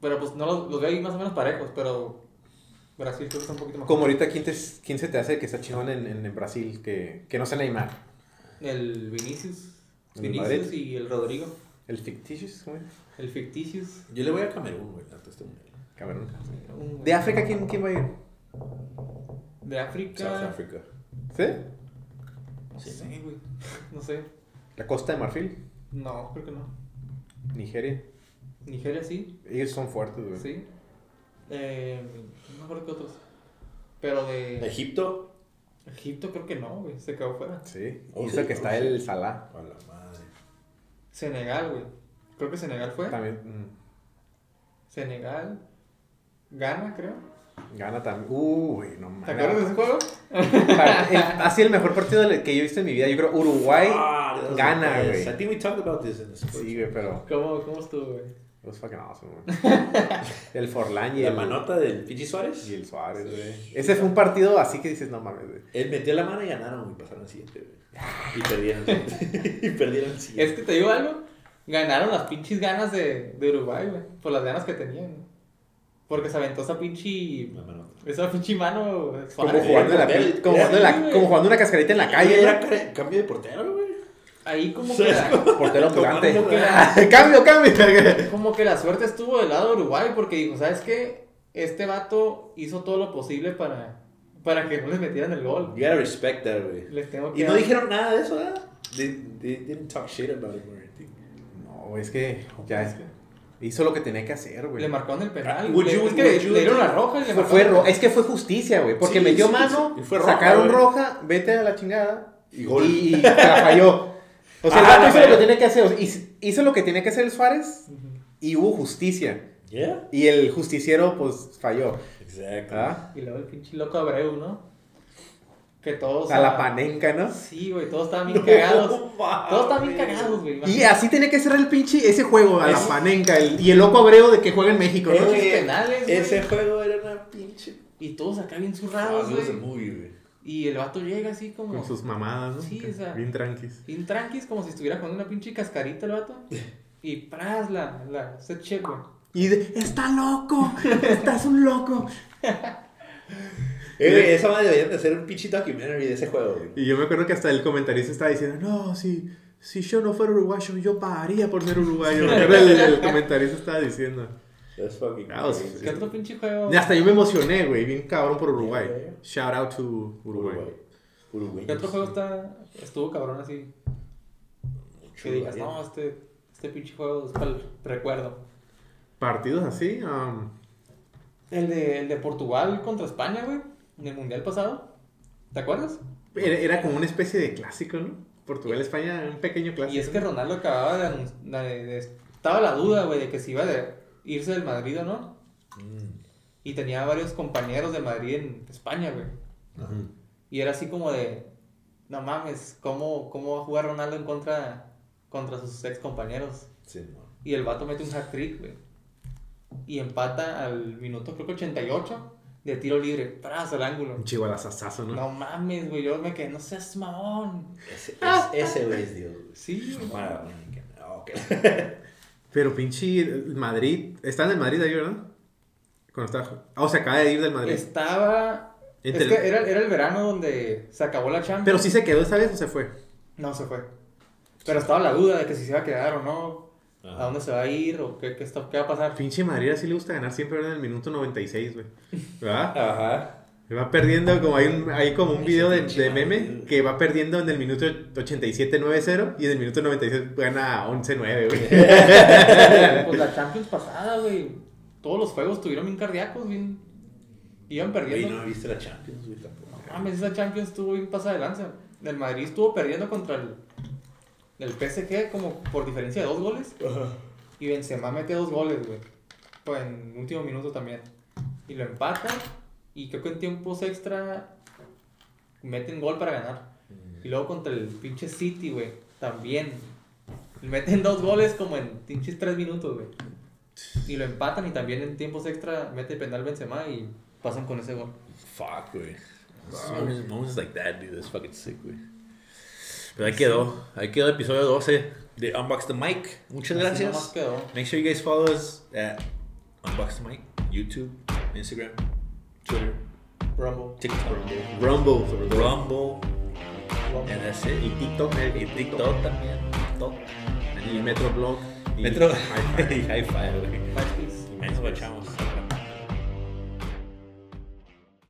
Speaker 2: Pero pues no los, los veo ahí más o menos parejos, pero Brasil creo que está un poquito más.
Speaker 3: Como ahorita, ¿quién, te- quién se te hace que está chingón en, en- en Brasil? Que, que no sea Neymar.
Speaker 2: El Vinicius.
Speaker 3: El
Speaker 2: Vinicius
Speaker 3: Madrid.
Speaker 2: y el Rodrigo.
Speaker 3: El fictitious, güey.
Speaker 2: El ficticios.
Speaker 1: Yo le voy a Camerún, güey, antes de este mundial.
Speaker 3: Cabrón.
Speaker 2: un güey.
Speaker 3: ¿De África quién, quién va a ir?
Speaker 2: De
Speaker 1: South
Speaker 2: África.
Speaker 1: Africa.
Speaker 3: ¿Sí?
Speaker 2: No
Speaker 1: Sí,
Speaker 2: sé, güey. No sé.
Speaker 3: La Costa de Marfil,
Speaker 2: No, creo que no.
Speaker 3: Nigeria.
Speaker 2: Nigeria sí.
Speaker 3: Ellos son fuertes, güey.
Speaker 2: Sí. Eh, no me acuerdo que otros. Pero de
Speaker 1: Egipto.
Speaker 2: Egipto creo que no, güey. Se quedó fuera.
Speaker 3: Sí.
Speaker 1: Oh,
Speaker 3: y eso
Speaker 1: sí,
Speaker 3: que
Speaker 1: oh,
Speaker 3: está
Speaker 1: sí.
Speaker 3: el Salah.
Speaker 1: A la madre.
Speaker 2: Senegal, güey. Creo que Senegal fue.
Speaker 3: También. mm,
Speaker 2: Senegal. Ghana, creo.
Speaker 3: mm, Gana también. Uh, güey, no
Speaker 2: ¿Te acuerdas de
Speaker 3: mames.
Speaker 2: ese juego?
Speaker 3: [LAUGHS] Para- el- Ha sido el mejor partido del que yo he visto en mi vida. Yo creo Uruguay
Speaker 1: Ah, that was
Speaker 3: gana,
Speaker 1: the
Speaker 3: güey.
Speaker 1: best. I think we talked about this in the sports.
Speaker 3: Sí, güey, pero.
Speaker 2: ¿Cómo, cómo estuvo, güey?
Speaker 3: It was fucking awesome, güey. El Forlán y
Speaker 1: La
Speaker 3: el,
Speaker 1: manota del Pichi Suárez.
Speaker 3: y el Suárez, güey. Ese fue un partido así que dices, no mames, güey.
Speaker 1: Él metió la mano y ganaron, güey. Pasaron al siguiente, güey. Y
Speaker 3: [LAUGHS]
Speaker 1: perdieron. y perdieron el
Speaker 2: Es
Speaker 1: siguiente.
Speaker 2: que te digo algo. Ganaron las pinches ganas de, de Uruguay, güey. Por las ganas que tenían, güey. Porque se aventó esa pinche.
Speaker 1: La manota.
Speaker 2: Esa pinche mano.
Speaker 3: Como
Speaker 2: suave.
Speaker 3: jugando, en la,
Speaker 1: Del-
Speaker 3: pin- como, jugando en la-
Speaker 2: Sí, güey.
Speaker 3: como jugando una cascarita en la calle,
Speaker 1: Era
Speaker 3: güey.
Speaker 1: cara- cambio de portero, güey.
Speaker 2: Ahí como
Speaker 1: Sí,
Speaker 2: que.
Speaker 1: es
Speaker 2: la-
Speaker 3: Portero ambulante.
Speaker 1: Como que
Speaker 3: [LAUGHS] cambio, cambio.
Speaker 2: Como que la suerte estuvo del lado de Uruguay porque dijo, ¿sabes qué? Este vato hizo todo lo posible para, para que no les metieran el gol.
Speaker 1: You gotta respect that, güey.
Speaker 2: Les tengo que
Speaker 1: Y no
Speaker 2: dar-
Speaker 1: dijeron nada de eso, ¿verdad? They, they didn't talk shit about him or anything.
Speaker 3: no, güey, es que ya es que hizo lo que tenía que hacer, güey.
Speaker 2: Le marcaron el penal.
Speaker 1: Would
Speaker 2: Le-
Speaker 1: you-
Speaker 2: es que
Speaker 1: would
Speaker 2: le,
Speaker 1: you-
Speaker 2: le dieron la roja y le
Speaker 3: Fue-
Speaker 2: marcaron
Speaker 3: fue
Speaker 2: el
Speaker 3: ro-
Speaker 2: penal.
Speaker 3: es que fue justicia, güey. Porque
Speaker 1: Sí,
Speaker 3: metió
Speaker 1: sí,
Speaker 3: mano,
Speaker 1: sí, fue roja,
Speaker 3: sacaron
Speaker 1: güey.
Speaker 3: roja, vete a la chingada.
Speaker 1: Y gol.
Speaker 3: Y, y la falló. O sea, el
Speaker 1: Ah,
Speaker 3: vato
Speaker 1: la
Speaker 3: hizo lo que
Speaker 1: falló.
Speaker 3: tenía que hacer. o sea, hizo- hizo lo que tenía que hacer el Suárez
Speaker 2: Ujú.
Speaker 3: y hubo justicia.
Speaker 1: Yeah.
Speaker 3: Y el justiciero, pues, falló.
Speaker 1: Exactly. [LAUGHS]
Speaker 3: ¿Ah?
Speaker 2: Y luego el pinche loco Abreu, ¿no? Que todos...
Speaker 3: A la
Speaker 2: ah,
Speaker 3: panenca, ¿no?
Speaker 2: Sí, güey, todos estaban
Speaker 1: [LAUGHS]
Speaker 2: bien cagados. Todos estaban bien cagados, güey.
Speaker 3: Ah, Y así tenía que ser el pinche ese juego, a la
Speaker 1: Es-
Speaker 3: panenca. el- y el loco abreu de que juega en México, ¿no?
Speaker 2: Eh, penales, güey.
Speaker 1: Ese juego era una pinche.
Speaker 2: Y todos acá bien
Speaker 1: Ah,
Speaker 2: zurrados,
Speaker 1: it was a
Speaker 2: güey.
Speaker 1: movie, güey.
Speaker 2: Y el vato llega así como...
Speaker 3: Con sus mamadas, ¿no?
Speaker 2: Sí, o sea-
Speaker 3: Bien tranquis.
Speaker 2: Bien tranquis, como si estuviera con una pinche cascarita el
Speaker 3: [LAUGHS]
Speaker 2: vato. Y pras, la, la, se che, güey.
Speaker 3: Y de, está
Speaker 2: [LAUGHS]
Speaker 3: loco, estás un loco.
Speaker 1: Eh, güey, esa madre deberían de hacer un pinche documentary de ese juego, güey.
Speaker 3: Y yo me acuerdo que hasta el comentarista estaba diciendo, no, si, si yo no fuera uruguayo, yo pagaría por ser uruguayo. Me acuerdo el, el comentarista estaba diciendo.
Speaker 1: That's fucking
Speaker 3: Ah, o sea,
Speaker 1: crazy.
Speaker 2: ¿Qué otro pinche juego?
Speaker 3: Y hasta yo me emocioné, güey, bien cabrón por Uruguay. Shout out to Uruguay.
Speaker 1: Uruguay. Uruguay.
Speaker 2: ¿Qué otro juego está, estuvo cabrón así? Que digas, no, este, este pinche juego es para el recuerdo.
Speaker 3: Partidos así, um,
Speaker 2: El de, el de Portugal contra España, güey, en el mundial pasado. ¿Te acuerdas?
Speaker 3: era, era como una especie de clásico, ¿no? Portugal-España, un pequeño clásico.
Speaker 2: Y es que Ronaldo acababa de, anun- de- de- Estaba la duda, güey, de que si iba a irse del Madrid o no.
Speaker 1: Mm.
Speaker 2: Y tenía varios compañeros de Madrid en España, güey.
Speaker 3: Ujú.
Speaker 2: Y era así como de, no mames, ¿cómo, cómo va a jugar Ronaldo en contra, contra sus ex compañeros?
Speaker 1: Sí, no.
Speaker 2: Y el vato mete un hat trick, güey. Y empata al minuto, creo que 88, de tiro libre, pras al ángulo.
Speaker 3: Un chigualazazazo, ¿no?
Speaker 2: No mames, güey, yo me quedé, no seas mamón.
Speaker 1: Ese, es- ese güey es Dios, güey.
Speaker 2: Sí, güey.
Speaker 1: Maradona. Ah, ok.
Speaker 3: Pero pinche Madrid. Está en el Madrid ahí, ¿verdad? Cuando está. Ah, o sea, acaba de ir del Madrid.
Speaker 2: Estaba. Es
Speaker 3: Entre-
Speaker 2: que era, era el verano donde se acabó la Champions.
Speaker 3: Pero sí se quedó esta vez o se fue.
Speaker 2: No se fue. Pero estaba la duda de que si se iba a quedar o no.
Speaker 1: Ajá.
Speaker 2: ¿A dónde se va a ir? ¿O qué, qué,
Speaker 3: [LAUGHS]
Speaker 2: está- qué va a pasar?
Speaker 3: Pinche Madrid así le gusta ganar siempre, ¿verdad? En el minuto 96, güey. ¿Verdad?
Speaker 1: Ajá.
Speaker 3: Va perdiendo, como hay, un, hay como un
Speaker 6: Ese
Speaker 3: video de,
Speaker 6: pinche
Speaker 3: de meme
Speaker 6: Madrid.
Speaker 3: que va perdiendo en el minuto 87-9-0 y en el minuto 96 gana 11-9, güey.
Speaker 1: [LAUGHS]
Speaker 2: pues la Champions pasada, güey. Todos los juegos estuvieron bien cardíacos, bien. Iban
Speaker 7: Güey,
Speaker 2: perdiendo.
Speaker 7: no viste la Champions, güey, tampoco.
Speaker 2: No Mames, esa Champions estuvo bien pasada de lanza. El Madrid estuvo perdiendo contra el, el PSG como por diferencia de dos goles.
Speaker 1: Uh,
Speaker 2: Y Benzema mete dos goles, güey. Pues en último minuto también. Y lo empatan. Y creo que en tiempos extra meten gol para ganar.
Speaker 1: Mm.
Speaker 2: Y luego contra el pinche City, güey. También. Y Meten dos goles como en pinches tres minutos, güey. Y lo empatan y también en tiempos extra mete penal Benzema y pasan con ese gol.
Speaker 1: Fuck, güey. Moments, moments like that, dude. That's fucking sick, güey. Pero ahí quedó. Ahí quedó el episodio 12 de Unbox the Mic. Muchas
Speaker 2: Así nomás
Speaker 1: gracias.
Speaker 2: quedó.
Speaker 1: Make sure you guys follow us at Unbox the Mic, YouTube, Instagram, Twitter,
Speaker 2: Rumble.
Speaker 1: TikTok,
Speaker 3: Rumble, sobre todo.
Speaker 1: Rumble,
Speaker 2: Rumble.
Speaker 1: and that's it.
Speaker 3: Y TikTok, eh,
Speaker 1: Y TikTok también. TikTok.
Speaker 3: Y Metroblog. y
Speaker 1: Metro.
Speaker 3: Hi-Fi.
Speaker 1: Y Hi-Fi, [LAUGHS] güey.
Speaker 2: MySpace.
Speaker 1: Ahí nos guachamos.